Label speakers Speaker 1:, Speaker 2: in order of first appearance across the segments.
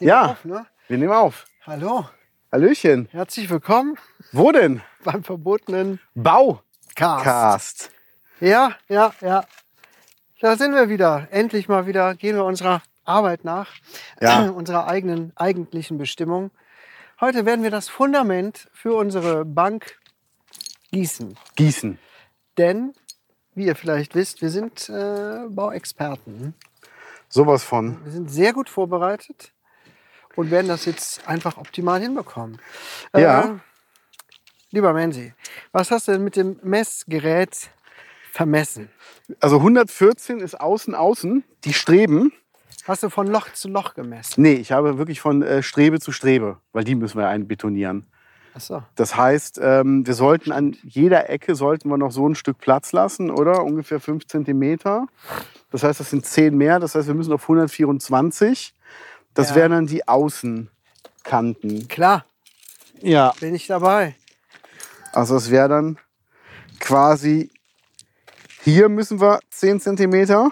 Speaker 1: Ja,
Speaker 2: Auf, ne?
Speaker 1: wir nehmen auf.
Speaker 2: Hallo,
Speaker 1: Hallöchen.
Speaker 2: herzlich willkommen
Speaker 1: Wo denn?
Speaker 2: beim verbotenen
Speaker 1: Baucast.
Speaker 2: Cast. Ja, ja, ja. Da sind wir wieder. Endlich mal wieder gehen wir unserer Arbeit nach,
Speaker 1: Ja.
Speaker 2: unserer eigenen eigentlichen Bestimmung. Heute werden wir das Fundament für unsere Bank gießen.
Speaker 1: Gießen.
Speaker 2: Denn, wie ihr vielleicht wisst, wir sind äh, Bauexperten.
Speaker 1: Sowas von.
Speaker 2: Wir sind sehr gut vorbereitet und werden das jetzt einfach optimal hinbekommen. Äh,
Speaker 1: Ja.
Speaker 2: lieber Menzi, was hast du denn mit dem Messgerät vermessen?
Speaker 1: Also 114 ist außen, außen. Die Streben.
Speaker 2: Hast du von Loch zu Loch gemessen?
Speaker 1: Nee, ich habe wirklich von äh, Strebe zu Strebe, weil die müssen wir einbetonieren.
Speaker 2: Achso.
Speaker 1: Das heißt, ähm, wir sollten an jeder Ecke sollten wir noch so ein Stück Platz lassen, oder? Ungefähr 5 Zentimeter. Das heißt, das sind 10 mehr. Das heißt, wir müssen auf 124. Das
Speaker 2: Ja.
Speaker 1: wären dann die Außenkanten.
Speaker 2: Klar,
Speaker 1: Ja.
Speaker 2: bin ich dabei.
Speaker 1: Also es wäre dann quasi hier müssen wir 10 cm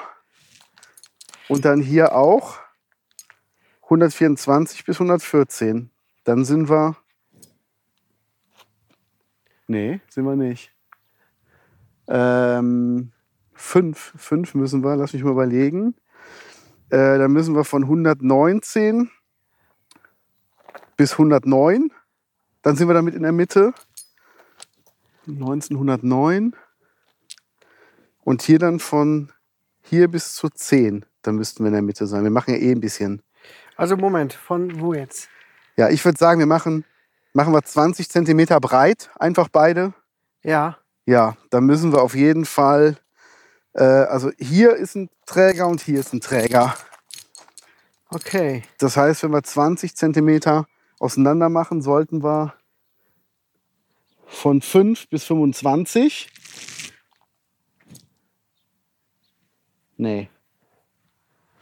Speaker 1: und dann hier auch 124 bis 114. Dann sind wir. Nee, sind wir nicht. Ähm, fünf, fünf müssen wir, lass mich mal überlegen. Äh, dann müssen wir von 119 bis 109. Dann sind wir damit in der Mitte. 1909 und hier dann von hier bis zu 10. Da müssten wir in der Mitte sein. Wir machen ja eh ein bisschen.
Speaker 2: Also Moment, von wo jetzt?
Speaker 1: Ja, ich würde sagen, wir machen, machen wir 20 Zentimeter breit, einfach beide.
Speaker 2: Ja,
Speaker 1: Ja, da müssen wir auf jeden Fall. Äh, also hier ist ein Träger und hier ist ein Träger.
Speaker 2: okay.
Speaker 1: Das heißt, wenn wir 20 Zentimeter auseinander machen, sollten wir von 5 bis 25. Nee.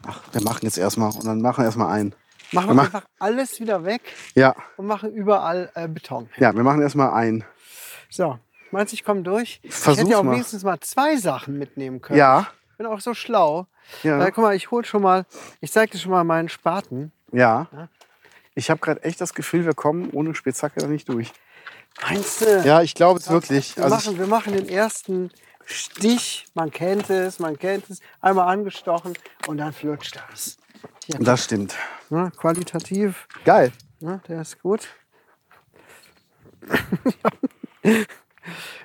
Speaker 1: Ach, wir machen jetzt erstmal und dann machen wir erstmal ein.
Speaker 2: Machen
Speaker 1: Wir
Speaker 2: wir
Speaker 1: mach-
Speaker 2: einfach alles wieder weg
Speaker 1: Ja,
Speaker 2: und machen überall äh, Beton.
Speaker 1: ja, wir machen erstmal ein.
Speaker 2: So, meinst du, ich komme durch? ich
Speaker 1: Versuch's
Speaker 2: hätte ja auch
Speaker 1: mal.
Speaker 2: wenigstens mal zwei Sachen mitnehmen können.
Speaker 1: Ja,
Speaker 2: Ich bin auch so schlau.
Speaker 1: ja,
Speaker 2: Weil, guck mal, ich hol schon mal, ich zeig dir schon mal meinen Spaten.
Speaker 1: ja. Ich habe gerade echt das Gefühl, wir kommen ohne Spitzhacke da nicht durch.
Speaker 2: Meinst du?
Speaker 1: Ja, ich glaube es wirklich.
Speaker 2: Wir,
Speaker 1: Also
Speaker 2: machen, wir machen den ersten Stich, man kennt es, man kennt es, einmal angestochen und dann flutscht das.
Speaker 1: ich- das stimmt.
Speaker 2: Ne? Qualitativ,
Speaker 1: Geil.
Speaker 2: ne? der ist gut.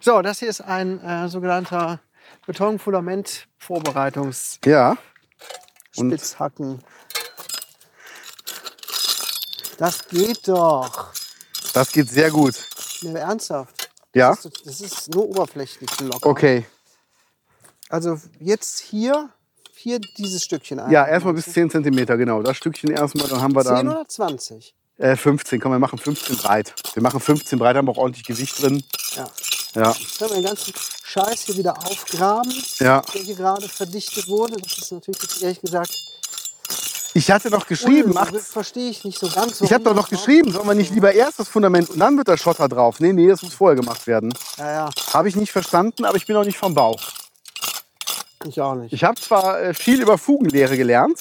Speaker 2: so, das hier ist ein äh, sogenannter Betonfundament-Vorbereitungs-
Speaker 1: Ja. Und-
Speaker 2: Spitzhacken. Das geht doch.
Speaker 1: Das geht sehr gut.
Speaker 2: Nee, ernsthaft.
Speaker 1: Ja?
Speaker 2: Das ist, das ist nur oberflächlich locker.
Speaker 1: Okay.
Speaker 2: Also jetzt hier, hier dieses Stückchen ein.
Speaker 1: Ja, erstmal bis 10 cm, genau. Das Stückchen erstmal, dann haben wir
Speaker 2: 10
Speaker 1: dann
Speaker 2: oder 20?
Speaker 1: äh, 15. Komm, wir machen 15 breit. Wir machen 15 breit, haben auch ordentlich Gewicht drin.
Speaker 2: Ja.
Speaker 1: Ja,
Speaker 2: Jetzt können wir den ganzen Scheiß hier wieder aufgraben,
Speaker 1: ja.
Speaker 2: der hier gerade verdichtet wurde. Das ist natürlich jetzt ehrlich gesagt.
Speaker 1: Ich hatte doch geschrieben, macht's.
Speaker 2: verstehe ich nicht so ganz.
Speaker 1: Ich habe doch
Speaker 2: warum
Speaker 1: noch
Speaker 2: das
Speaker 1: geschrieben, soll man nicht lieber erst das Fundament und dann wird der Schotter drauf? Nee, nee, das muss vorher gemacht werden.
Speaker 2: macht. Ja, ja,
Speaker 1: Habe ich nicht verstanden, aber ich bin auch nicht vom Bauch.
Speaker 2: ich auch nicht.
Speaker 1: Ich habe zwar äh, viel über Fugenlehre gelernt,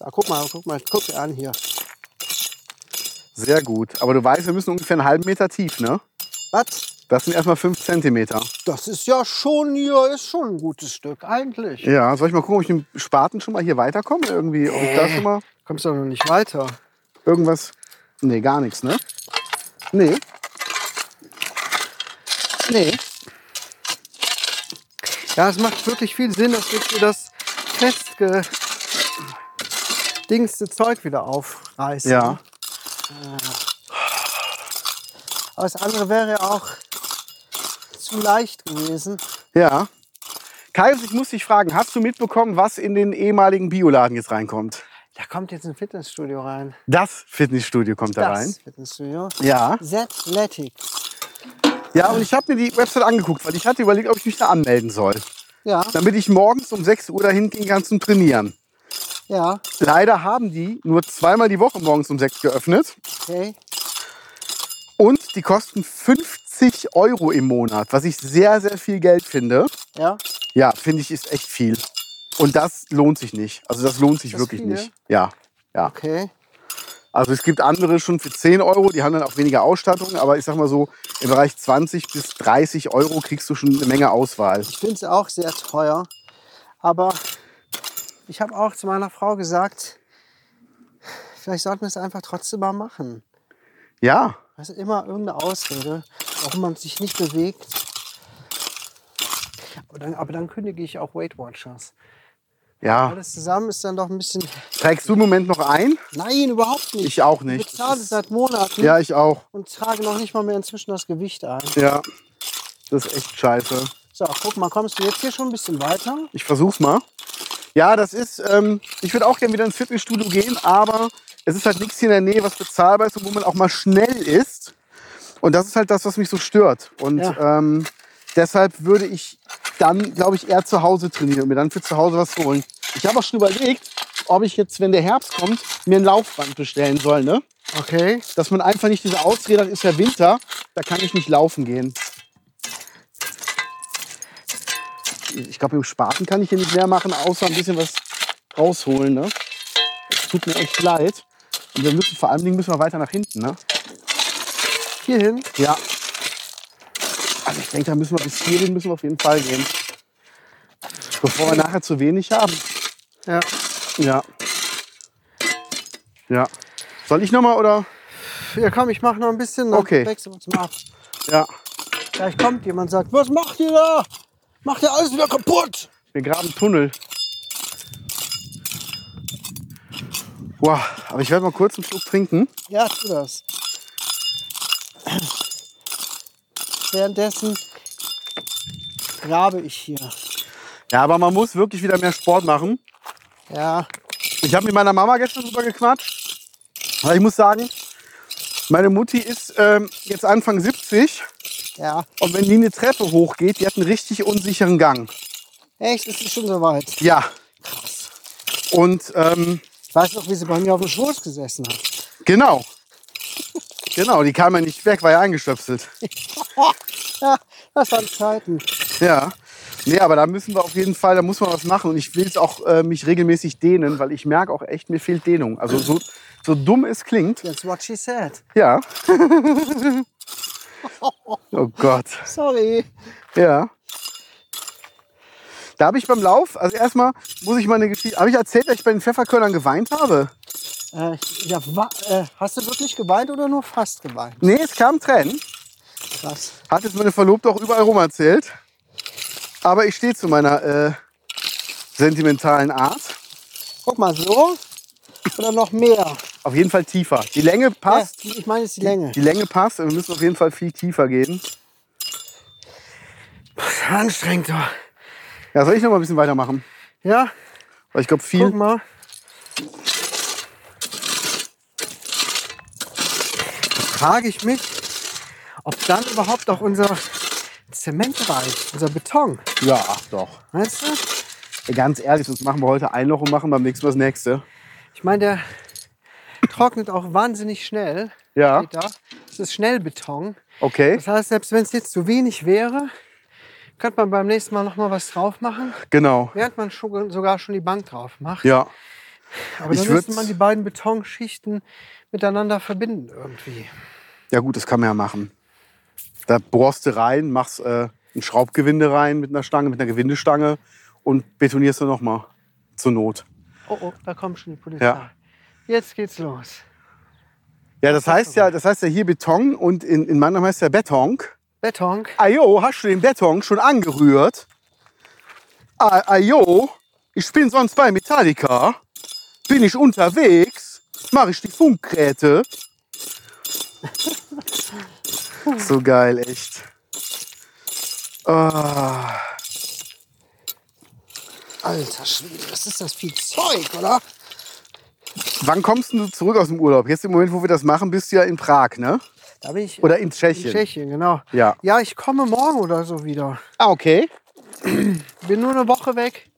Speaker 2: Ja, guck mal, guck mal, guck dir an hier.
Speaker 1: sehr gut, aber du weißt, wir müssen ungefähr einen halben Meter tief, ne?
Speaker 2: Was?
Speaker 1: Das sind erstmal 5 cm.
Speaker 2: Das ist ja schon hier, ist schon ein gutes Stück eigentlich.
Speaker 1: Ja, soll ich mal gucken, ob ich mit dem Spaten schon mal hier weiterkomme? Irgendwie, ob ich da schon mal.
Speaker 2: Kommst du noch nicht weiter?
Speaker 1: Irgendwas. Nee, gar nichts, ne? Nee.
Speaker 2: Nee. Ja, Ah, es macht wirklich viel Sinn, dass wir hier das festgedingste Zeug wieder aufreißen.
Speaker 1: Ja.
Speaker 2: Aber das andere wäre ja auch zu leicht gewesen.
Speaker 1: Ja. Kaius, ich muss dich fragen, hast du mitbekommen, was in den ehemaligen Bioladen jetzt reinkommt?
Speaker 2: Da kommt jetzt ein Fitnessstudio rein.
Speaker 1: Das Fitnessstudio kommt da rein.
Speaker 2: Das Fitnessstudio.
Speaker 1: Ja.
Speaker 2: Zathletics.
Speaker 1: Ja, und ich habe mir die Website angeguckt, weil ich hatte überlegt, ob ich mich da anmelden soll.
Speaker 2: Ja,
Speaker 1: damit ich morgens um 6 Uhr dahin gehen kann zum Trainieren.
Speaker 2: ja,
Speaker 1: Leider haben die nur zweimal die Woche morgens um 6 geöffnet
Speaker 2: okay.
Speaker 1: und die kosten 50 Euro im Monat, was ich sehr, sehr viel Geld finde.
Speaker 2: Ja,
Speaker 1: Ja, finde ich, ist echt viel. Und das lohnt sich nicht. Also das lohnt sich
Speaker 2: Das ist
Speaker 1: wirklich
Speaker 2: viel, ne?
Speaker 1: nicht. Ja, ja.
Speaker 2: okay.
Speaker 1: Also es gibt andere schon für 10 Euro, die haben dann auch weniger Ausstattung, aber ich sag mal so, im Bereich 20 bis 30 Euro kriegst du schon eine Menge Auswahl.
Speaker 2: Ich finde es auch sehr teuer. Aber ich habe auch zu meiner Frau gesagt, vielleicht sollten wir es einfach trotzdem mal machen.
Speaker 1: Ja,
Speaker 2: Also immer irgendeine Ausrede, warum man sich nicht bewegt. Aber dann, aber dann kündige ich auch Weight Watchers.
Speaker 1: ja.
Speaker 2: Alles zusammen ist dann doch ein bisschen.
Speaker 1: Trägst du im Moment noch ein?
Speaker 2: Nein, überhaupt nicht.
Speaker 1: Ich auch
Speaker 2: Ich
Speaker 1: nicht.
Speaker 2: bezahle es seit Monaten
Speaker 1: Ja, ich auch.
Speaker 2: und trage noch nicht mal mehr inzwischen das Gewicht ein.
Speaker 1: Ja. Das ist echt scheiße.
Speaker 2: So, guck mal, kommst du jetzt hier schon ein bisschen weiter?
Speaker 1: Ich versuch's mal. Ja, das ist, ähm, ich würde auch gerne wieder ins Fitnessstudio gehen, aber es ist halt nichts hier in der Nähe, was bezahlbar ist und wo man auch mal schnell ist. Und das ist halt das, was mich so stört. Und
Speaker 2: Ja.
Speaker 1: ähm, deshalb würde ich dann, glaube ich, eher zu Hause trainieren und mir dann für zu Hause was holen. Ich habe auch schon überlegt, ob ich jetzt, wenn der Herbst kommt, mir ein Laufband bestellen soll, ne?
Speaker 2: Okay.
Speaker 1: Dass man einfach nicht diese Ausrede hat, ist ja Winter, da kann ich nicht laufen gehen. Ich glaube, im Spaten kann ich hier nicht mehr machen, außer ein bisschen was rausholen. Ne? Es tut mir echt leid. Und wir müssen vor allen Dingen müssen wir weiter nach hinten. Ne?
Speaker 2: Hierhin.
Speaker 1: Ja. Also ich denke, da müssen wir bis hierhin müssen wir auf jeden Fall gehen. Bevor wir nachher zu wenig haben.
Speaker 2: Ja.
Speaker 1: Ja. Ja. Soll ich nochmal oder?
Speaker 2: Ja, komm, ich mache noch ein bisschen. dann
Speaker 1: Okay.
Speaker 2: Wechseln wir uns mal ab.
Speaker 1: Ja.
Speaker 2: Gleich kommt jemand und sagt, was macht ihr da? Macht ihr alles wieder kaputt?
Speaker 1: Wir graben Tunnel. Wow, aber ich werde mal kurz einen Schluck trinken.
Speaker 2: Ja, tu das. Währenddessen grabe ich hier.
Speaker 1: Ja, aber man muss wirklich wieder mehr Sport machen.
Speaker 2: Ja,
Speaker 1: Ich habe mit meiner Mama gestern drüber gequatscht. Aber ich muss sagen, meine Mutti ist ähm, jetzt Anfang 70
Speaker 2: ja.
Speaker 1: und wenn die eine Treppe hochgeht, die hat einen richtig unsicheren Gang.
Speaker 2: Echt, es ist schon soweit.
Speaker 1: Ja,
Speaker 2: Krass.
Speaker 1: und ähm,
Speaker 2: Ich weiß noch, wie sie bei mir auf dem Schoß gesessen hat.
Speaker 1: genau. Genau, die kam ja nicht weg, war ja eingestöpselt.
Speaker 2: ja, das waren Zeiten.
Speaker 1: Ja. Nee, aber da müssen wir auf jeden Fall, da muss man was machen. Und ich will es auch äh, mich regelmäßig dehnen, weil ich merke auch echt, mir fehlt Dehnung. Also so, so dumm es klingt.
Speaker 2: That's what she said.
Speaker 1: Ja. oh Gott.
Speaker 2: Sorry.
Speaker 1: Ja. Da habe ich beim Lauf, also erstmal muss ich mal eine Geschichte. Habe ich erzählt, dass ich bei den Pfefferkörnern geweint habe?
Speaker 2: Äh, ja, wa- äh, hast du wirklich geweint oder nur fast geweint?
Speaker 1: Nee, es kamen Tränen.
Speaker 2: Krass.
Speaker 1: Hat jetzt meine Verlobte auch überall rum erzählt. Aber ich stehe zu meiner äh, sentimentalen Art.
Speaker 2: Guck mal, so oder noch mehr?
Speaker 1: Auf jeden Fall tiefer. Die Länge passt.
Speaker 2: Ja, ich meine, es ist die Länge.
Speaker 1: Die Länge passt, aber wir müssen auf jeden Fall viel tiefer gehen.
Speaker 2: Anstrengend. doch.
Speaker 1: Ja, soll ich noch mal ein bisschen weitermachen?
Speaker 2: Ja,
Speaker 1: Weil ich glaube,
Speaker 2: guck
Speaker 1: viel.
Speaker 2: mal. Frage ich mich, ob dann überhaupt auch unser Zement reicht, unser Beton.
Speaker 1: Ja, ach doch.
Speaker 2: Weißt du?
Speaker 1: Ja, Ganz ehrlich, sonst machen wir heute ein Loch und machen beim nächsten Mal das nächste.
Speaker 2: Ich meine, der trocknet auch wahnsinnig schnell.
Speaker 1: Ja.
Speaker 2: Steht da. Es ist Schnellbeton.
Speaker 1: Okay,
Speaker 2: Das heißt, selbst wenn es jetzt zu wenig wäre, könnte man beim nächsten Mal noch mal was drauf machen,
Speaker 1: genau.
Speaker 2: während man schon, sogar schon die Bank drauf macht.
Speaker 1: Ja.
Speaker 2: Aber
Speaker 1: Ich
Speaker 2: dann
Speaker 1: würd's-
Speaker 2: müsste man die beiden Betonschichten miteinander verbinden irgendwie.
Speaker 1: Ja, gut, das kann man ja machen. Da bohrst du rein, machst äh, ein Schraubgewinde rein mit einer Stange, mit einer Gewindestange und betonierst du nochmal. Zur Not.
Speaker 2: Oh, oh, da kommt schon die Polizei.
Speaker 1: Ja.
Speaker 2: Jetzt geht's los.
Speaker 1: Ja, das heißt ja, das heißt ja hier Beton und in, in Mannheim heißt ja Beton.
Speaker 2: Beton.
Speaker 1: Ajo, hast du den Beton schon angerührt? Ah, Ajo, ich bin sonst bei Metallica. Bin ich unterwegs, mache ich die Funkräte. so geil, echt. Ah,
Speaker 2: Alter Schwede, was ist das viel Zeug, oder?
Speaker 1: wann kommst denn du zurück aus dem Urlaub? Jetzt im Moment, wo wir das machen, bist du ja in Prag, ne?
Speaker 2: Da bin ich
Speaker 1: Oder in
Speaker 2: in
Speaker 1: Tschechien?
Speaker 2: Tschechien, genau.
Speaker 1: Ja.
Speaker 2: Ja, ich komme morgen oder so wieder.
Speaker 1: Ah, okay.
Speaker 2: Bin nur eine Woche weg.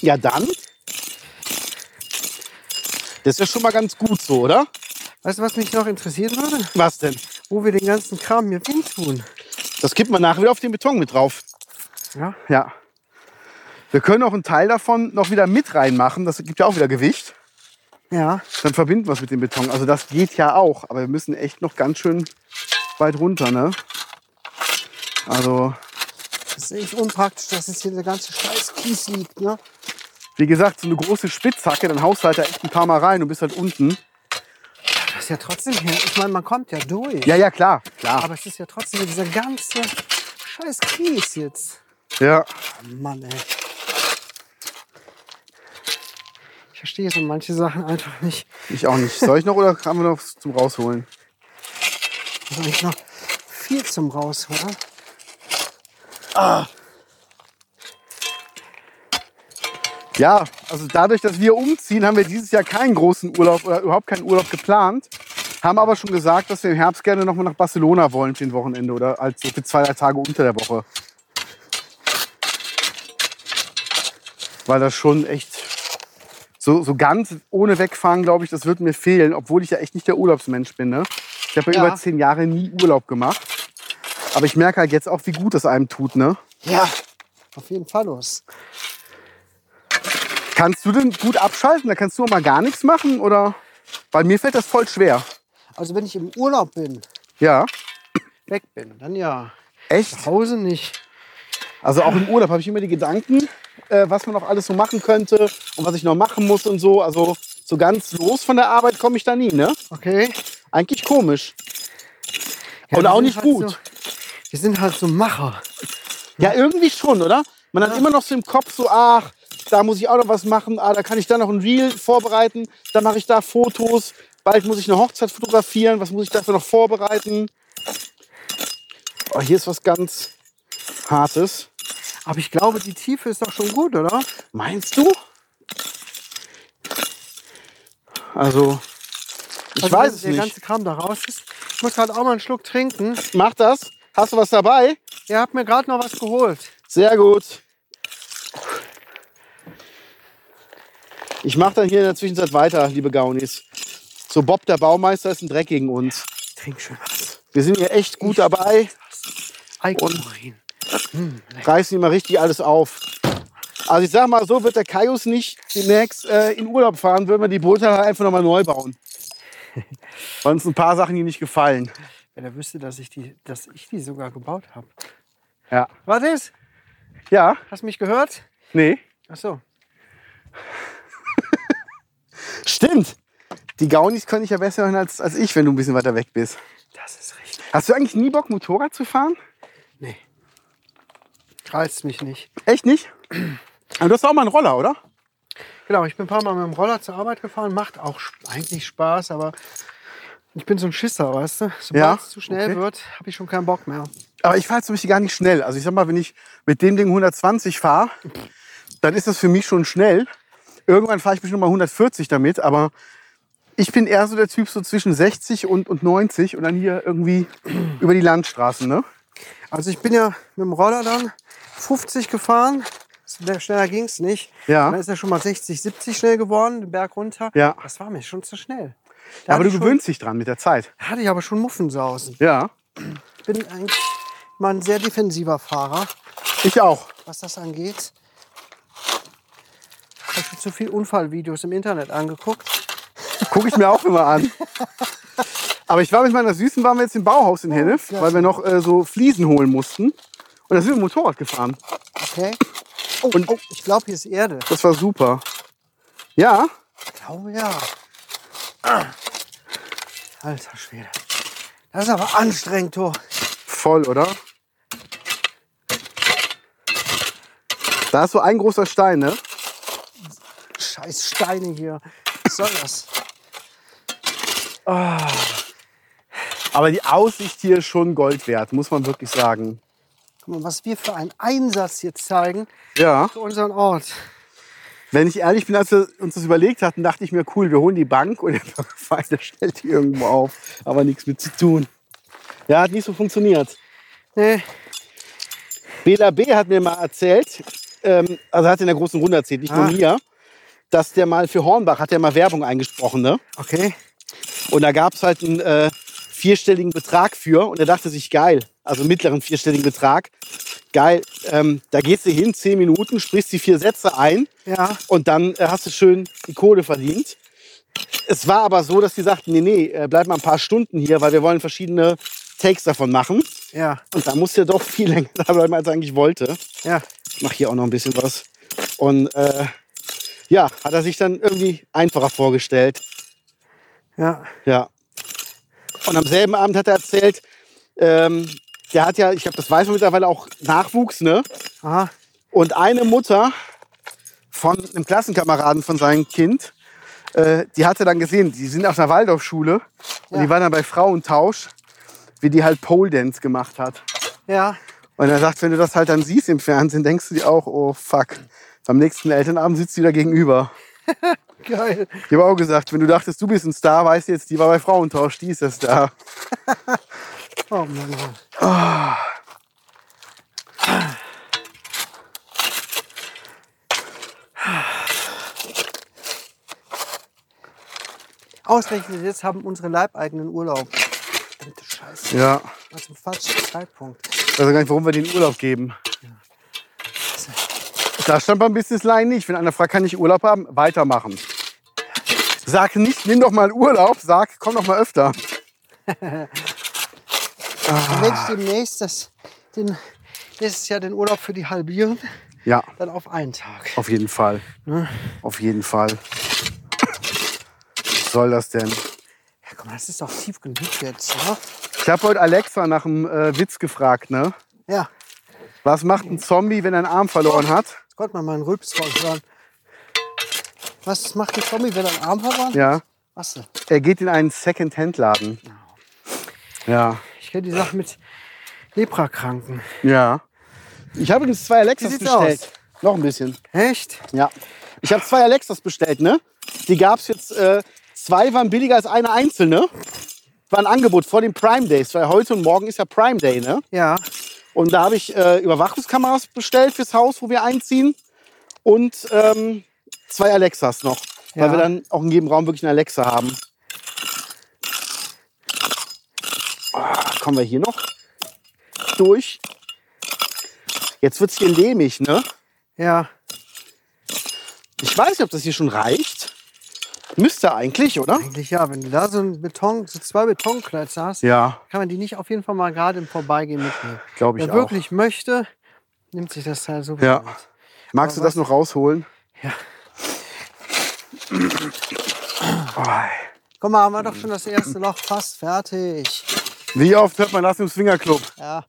Speaker 1: Ja, dann. Das ist ja schon mal ganz gut so, oder?
Speaker 2: Weißt du, was mich noch interessieren würde?
Speaker 1: Was denn?
Speaker 2: Wo wir den ganzen Kram hier hin tun.
Speaker 1: Das gibt man nachher wieder auf den Beton mit drauf.
Speaker 2: Ja.
Speaker 1: Ja. Wir können auch einen Teil davon noch wieder mit reinmachen. Das gibt ja auch wieder Gewicht.
Speaker 2: Ja.
Speaker 1: Dann verbinden wir es mit dem Beton. Also das geht ja auch. Aber wir müssen echt noch ganz schön weit runter, ne? Also,
Speaker 2: Das ist echt unpraktisch, dass jetzt hier der ganze Scheiß Kies liegt, ne?
Speaker 1: wie gesagt, so eine große Spitzhacke, dann haust du halt da echt ein paar Mal rein und bist halt unten.
Speaker 2: Das ist ja trotzdem hier. Ich meine, man kommt ja durch.
Speaker 1: Ja, ja, klar, klar.
Speaker 2: Aber es ist ja trotzdem dieser ganze Scheiß Kies jetzt.
Speaker 1: Ja.
Speaker 2: Mann, ey. Ich verstehe so manche Sachen einfach nicht.
Speaker 1: Ich auch nicht. Soll ich noch oder haben wir noch was zum Rausholen?
Speaker 2: Da ist eigentlich noch viel zum Rausholen.
Speaker 1: Ja, also dadurch, dass wir umziehen, haben wir dieses Jahr keinen großen Urlaub oder überhaupt keinen Urlaub geplant. Haben aber schon gesagt, dass wir im Herbst gerne nochmal nach Barcelona wollen für ein Wochenende oder als so für zwei, drei Tage unter der Woche. Weil das schon echt so, so ganz ohne Wegfahren, glaube ich, das wird mir fehlen, obwohl ich ja echt nicht der Urlaubsmensch bin. Ne? Ich habe ja
Speaker 2: Ja.
Speaker 1: über zehn Jahre nie Urlaub gemacht. Aber ich merke halt jetzt auch, wie gut das einem tut. Ne?
Speaker 2: Ja. Auf jeden Fall los.
Speaker 1: Kannst du denn gut abschalten? Da kannst du auch mal gar nichts machen? Oder? Weil mir fällt das voll schwer.
Speaker 2: Also wenn ich im Urlaub bin,
Speaker 1: Ja.
Speaker 2: weg bin, dann ja.
Speaker 1: Echt?
Speaker 2: Zu Hause nicht.
Speaker 1: Also auch im Urlaub habe ich immer die Gedanken, äh, was man noch alles so machen könnte und was ich noch machen muss und so. Also so ganz los von der Arbeit komme ich da nie, ne?
Speaker 2: Okay?
Speaker 1: Eigentlich komisch.
Speaker 2: Ja,
Speaker 1: und
Speaker 2: wir
Speaker 1: auch
Speaker 2: sind
Speaker 1: nicht
Speaker 2: halt
Speaker 1: gut.
Speaker 2: So, wir sind halt so Macher.
Speaker 1: Ja, irgendwie schon, oder? Man hat immer noch so im Kopf so, ach, da muss ich auch noch was machen, ah, da kann ich da noch ein Reel vorbereiten, da mache ich da Fotos, bald muss ich eine Hochzeit fotografieren, was muss ich dafür noch vorbereiten? Oh, hier ist was ganz Hartes.
Speaker 2: Aber ich glaube, die Tiefe ist doch schon gut, oder?
Speaker 1: Meinst du? Also, ich
Speaker 2: Also,
Speaker 1: weiß
Speaker 2: wenn
Speaker 1: es
Speaker 2: der
Speaker 1: nicht.
Speaker 2: ganze Kram da raus ist. Ich muss halt auch mal einen Schluck trinken.
Speaker 1: Mach das. Hast du was dabei?
Speaker 2: Ihr habt mir gerade noch was geholt.
Speaker 1: Sehr gut. Ich mache dann hier in der Zwischenzeit weiter, liebe Gaunis. So, Bob der Baumeister ist ein Dreck gegen uns.
Speaker 2: Ich trinke schon was.
Speaker 1: Wir sind hier echt gut dabei,
Speaker 2: Alkoholin.
Speaker 1: reißen immer richtig alles auf. Also ich sag mal, so wird der Kaius nicht demnächst äh, in Urlaub fahren, würden wir die Boote halt einfach nochmal neu bauen. Weil uns ein paar Sachen hier nicht gefallen.
Speaker 2: Wenn er wüsste, dass ich die, dass ich die sogar gebaut habe.
Speaker 1: Ja.
Speaker 2: Was ist?
Speaker 1: Ja?
Speaker 2: Hast du mich gehört?
Speaker 1: Nee.
Speaker 2: Ach so.
Speaker 1: Stimmt. Die Gaunis können ich ja besser hören als, als ich, wenn du ein bisschen weiter weg bist.
Speaker 2: Das ist richtig.
Speaker 1: Hast du eigentlich nie Bock, Motorrad zu fahren?
Speaker 2: Nee. Reizt mich nicht.
Speaker 1: Echt nicht? Aber du hast auch mal einen Roller, oder?
Speaker 2: Genau, ich bin ein paar Mal mit dem Roller zur Arbeit gefahren. Macht auch sp- eigentlich Spaß, aber ich bin so ein Schisser, weißt du? Sobald
Speaker 1: Ja,
Speaker 2: es zu schnell
Speaker 1: okay.
Speaker 2: wird, habe ich schon keinen Bock mehr.
Speaker 1: Aber ich fahre zum Beispiel gar nicht schnell. Also ich sag mal, wenn ich mit dem Ding 120 fahre, dann ist das für mich schon schnell. Irgendwann fahre ich bestimmt mal 140 damit, aber ich bin eher so der Typ so zwischen 60 und, und 90 und dann hier irgendwie über die Landstraßen, ne?
Speaker 2: Also ich bin ja mit dem Roller dann 50 gefahren. Schneller ging es nicht.
Speaker 1: Ja.
Speaker 2: Dann ist er schon mal 60, 70 schnell geworden, den Berg runter.
Speaker 1: Ja.
Speaker 2: Das war mir schon zu schnell. Da
Speaker 1: Aber
Speaker 2: hatte
Speaker 1: du
Speaker 2: ich schon-
Speaker 1: gewöhnst dich dran mit der Zeit.
Speaker 2: Hatte ich aber schon Muffensausen.
Speaker 1: Ja.
Speaker 2: Ich bin eigentlich mal ein sehr defensiver Fahrer,
Speaker 1: Ich auch.
Speaker 2: was das angeht. Ich habe schon zu viel Unfallvideos im Internet angeguckt.
Speaker 1: Gucke ich mir auch immer an. Aber ich war mit meiner Süßen, waren wir jetzt im Bauhaus in Hennef, weil wir noch äh, so Fliesen holen mussten. Und da sind wir mit dem Motorrad gefahren.
Speaker 2: Okay. Oh,
Speaker 1: Und-
Speaker 2: oh ich glaube, hier ist Erde.
Speaker 1: Das war super. Ja,
Speaker 2: Ich glaube ja. Ah. Alter Schwede. Das ist aber anstrengend, du.
Speaker 1: voll, oder? Da ist so ein großer Stein, ne?
Speaker 2: Scheiß Steine hier. Was soll das?
Speaker 1: Aber die Aussicht hier ist schon Gold wert, muss man wirklich sagen.
Speaker 2: Guck mal, was wir für einen Einsatz hier zeigen
Speaker 1: Ja.
Speaker 2: für unseren Ort.
Speaker 1: Wenn ich ehrlich bin, als wir uns das überlegt hatten, dachte ich mir, cool, wir holen die Bank und der Pfeil stellt die irgendwo auf. Aber nichts mit zu tun. Ja, hat nicht so funktioniert.
Speaker 2: Nee.
Speaker 1: Bela B. hat mir mal erzählt, ähm, also hat in der großen Runde erzählt, nicht nur
Speaker 2: Ah.
Speaker 1: mir, dass der mal für Hornbach hat der mal Werbung eingesprochen, ne?
Speaker 2: Okay.
Speaker 1: Und da gab es halt einen äh, vierstelligen Betrag für und er dachte sich, geil, also mittleren vierstelligen Betrag, geil, ähm, da gehst du hin, zehn Minuten, sprichst die vier Sätze ein
Speaker 2: Ja.
Speaker 1: und dann äh, hast du schön die Kohle verdient. Es war aber so, dass die sagten, nee, nee, äh, bleib mal ein paar Stunden hier, weil wir wollen verschiedene Takes davon machen.
Speaker 2: Ja.
Speaker 1: Und da musst du doch viel länger da bleiben, als er eigentlich wollte.
Speaker 2: Ja.
Speaker 1: Ich mach hier auch noch ein bisschen was. Und äh, ja, hat er sich dann irgendwie einfacher vorgestellt.
Speaker 2: Ja.
Speaker 1: Ja. Und am selben Abend hat er erzählt, ähm, der hat ja, ich glaube, das weiß man mittlerweile auch, Nachwuchs, ne?
Speaker 2: Aha.
Speaker 1: Und eine Mutter von einem Klassenkameraden von seinem Kind, äh, die hat er dann gesehen, die sind auf einer Waldorfschule und
Speaker 2: Ja.
Speaker 1: die waren dann bei Frauentausch, wie die halt Pole Dance gemacht hat.
Speaker 2: Ja.
Speaker 1: Und er sagt, wenn du das halt dann siehst im Fernsehen, denkst du dir auch, oh fuck, am nächsten Elternabend sitzt die da gegenüber.
Speaker 2: Geil.
Speaker 1: Ich habe auch gesagt, wenn du dachtest, du bist ein Star, weißt du jetzt, die war bei Frauentausch, die ist der Star.
Speaker 2: Oh Mann. Mann. Ausgerechnet jetzt haben unsere Leibeigenen Urlaub. Verdammte Scheiße.
Speaker 1: Ja.
Speaker 2: War zum falschen Zeitpunkt.
Speaker 1: Ich weiß auch gar nicht, warum wir den Urlaub geben. Da stand beim Businessline nicht. Wenn einer fragt, kann ich Urlaub haben, weitermachen. Sag nicht, nimm doch mal Urlaub, sag, komm doch mal öfter.
Speaker 2: Dann werde ich demnächst das, den, nächstes Jahr den Urlaub für die halbieren.
Speaker 1: Ja,
Speaker 2: Dann auf einen Tag.
Speaker 1: auf jeden Fall. Auf jeden Fall. Was soll das denn?
Speaker 2: Ja, guck mal, das ist doch tief genug jetzt. Ne?
Speaker 1: Ich habe heute Alexa nach einem äh, Witz gefragt, ne?
Speaker 2: Ja,
Speaker 1: Was macht ein Zombie, wenn er einen Arm verloren hat?
Speaker 2: jetzt konnte man mal einen Rülps raushören. Was macht der Zombie, wenn er einen Arm verwandt?
Speaker 1: Ja.
Speaker 2: Was denn?
Speaker 1: Er geht in einen Second-Hand-Laden. Ja.
Speaker 2: Ich kenne die Sache mit Leprakranken.
Speaker 1: Ja. Ich habe übrigens zwei Alexas
Speaker 2: sieht's
Speaker 1: bestellt. Noch ein bisschen.
Speaker 2: Echt?
Speaker 1: Ja. Ich habe zwei Alexas bestellt, ne? Die gab's jetzt, äh, zwei waren billiger als eine einzelne. War ein Angebot vor den Prime Days, weil heute und morgen ist ja Prime Day, ne?
Speaker 2: Ja.
Speaker 1: Und da habe ich äh, Überwachungskameras bestellt fürs Haus, wo wir einziehen. Und ähm, zwei Alexas noch. Weil
Speaker 2: Ja.
Speaker 1: wir dann auch in jedem Raum wirklich eine Alexa haben. Ah, kommen wir hier noch durch. Jetzt wird's hier lehmig, ne?
Speaker 2: Ja.
Speaker 1: Ich weiß nicht, ob das hier schon reicht. Müsste eigentlich, oder?
Speaker 2: Eigentlich ja. Wenn du da so ein Beton, so zwei Betonklötze hast,
Speaker 1: Ja,
Speaker 2: kann man die nicht auf jeden Fall mal gerade im Vorbeigehen mitnehmen.
Speaker 1: glaube ich
Speaker 2: Wer
Speaker 1: auch.
Speaker 2: wirklich möchte, nimmt sich das Teil so
Speaker 1: Ja. Magst du
Speaker 2: Aber
Speaker 1: das noch rausholen?
Speaker 2: Ja.
Speaker 1: Oh,
Speaker 2: Guck mal, haben wir doch schon das erste Loch fast fertig.
Speaker 1: Wie oft hört man das im Swingerclub?
Speaker 2: Ja.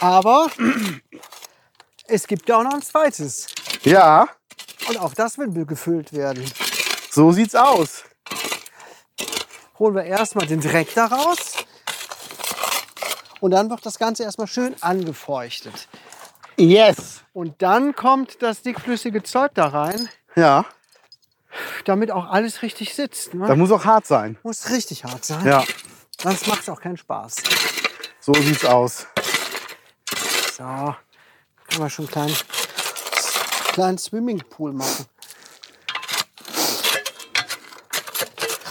Speaker 2: Aber es gibt ja auch noch ein zweites.
Speaker 1: Ja,
Speaker 2: Und auch das will gefüllt werden.
Speaker 1: so sieht's aus.
Speaker 2: Holen wir erstmal den Dreck daraus. Und dann wird das Ganze erstmal schön angefeuchtet.
Speaker 1: Yes.
Speaker 2: Und dann kommt das dickflüssige Zeug da rein,
Speaker 1: Ja,
Speaker 2: damit auch alles richtig sitzt. Ne?
Speaker 1: das muss auch hart sein.
Speaker 2: Muss richtig hart sein,
Speaker 1: Ja,
Speaker 2: sonst macht es auch keinen Spaß.
Speaker 1: so sieht's aus.
Speaker 2: So, können wir schon einen kleinen, kleinen Swimmingpool machen.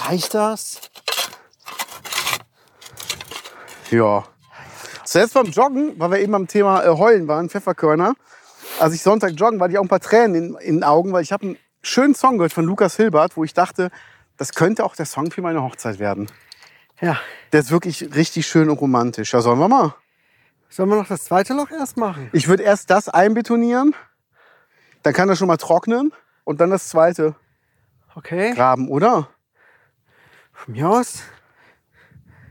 Speaker 2: Reicht das?
Speaker 1: Ja. Zuerst beim Joggen, weil wir eben am Thema äh, Heulen waren, Pfefferkörner. Als ich Sonntag joggen war, hatte ich auch ein paar Tränen in, in den Augen, weil ich habe einen schönen Song gehört von Lukas Hilbert, wo ich dachte, das könnte auch der Song für meine Hochzeit werden.
Speaker 2: Ja.
Speaker 1: Der ist wirklich richtig schön und romantisch. Ja, sollen wir mal?
Speaker 2: Sollen wir noch das zweite Loch erst machen?
Speaker 1: Ich würde erst das einbetonieren, dann kann das schon mal trocknen und dann das zweite
Speaker 2: Okay.
Speaker 1: graben, oder?
Speaker 2: Von mir aus.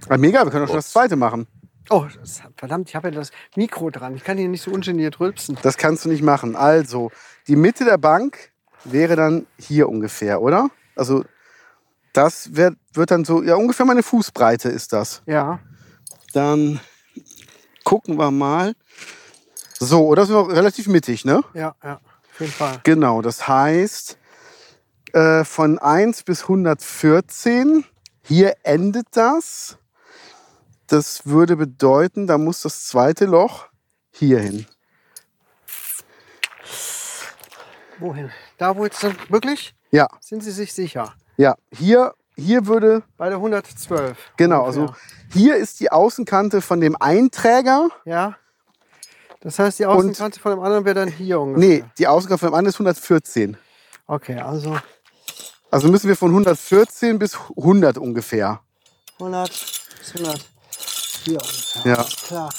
Speaker 1: Ah, mega, wir können doch schon das zweite machen.
Speaker 2: Oh, das, verdammt, ich habe ja das Mikro dran. Ich kann hier nicht so ungeniert rülpsen.
Speaker 1: Das kannst du nicht machen. Also, die Mitte der Bank wäre dann hier ungefähr, oder? Also, das wird, wird dann so, ja, ungefähr meine Fußbreite ist das.
Speaker 2: Ja.
Speaker 1: Dann gucken wir mal. So, oder sind wir relativ mittig, ne?
Speaker 2: Ja, ja. Auf jeden Fall.
Speaker 1: Genau, das heißt, äh, von 1 bis 114, hier endet das. Das würde bedeuten, da muss das zweite Loch hier hin.
Speaker 2: Wohin? Da, wo jetzt sind, wirklich?
Speaker 1: Ja,
Speaker 2: Sind Sie sich sicher?
Speaker 1: ja. Hier, hier würde,
Speaker 2: Bei der 112.
Speaker 1: genau, also
Speaker 2: ungefähr.
Speaker 1: hier ist die Außenkante von dem Einträger.
Speaker 2: Ja. Das heißt, die Außenkante von dem anderen wäre dann hier ungefähr.
Speaker 1: Nee, die Außenkante von dem anderen ist 114.
Speaker 2: Okay, also
Speaker 1: Also müssen wir von 114 bis 100 ungefähr.
Speaker 2: 100 bis 104 ungefähr.
Speaker 1: Ja.
Speaker 2: Alles Klar.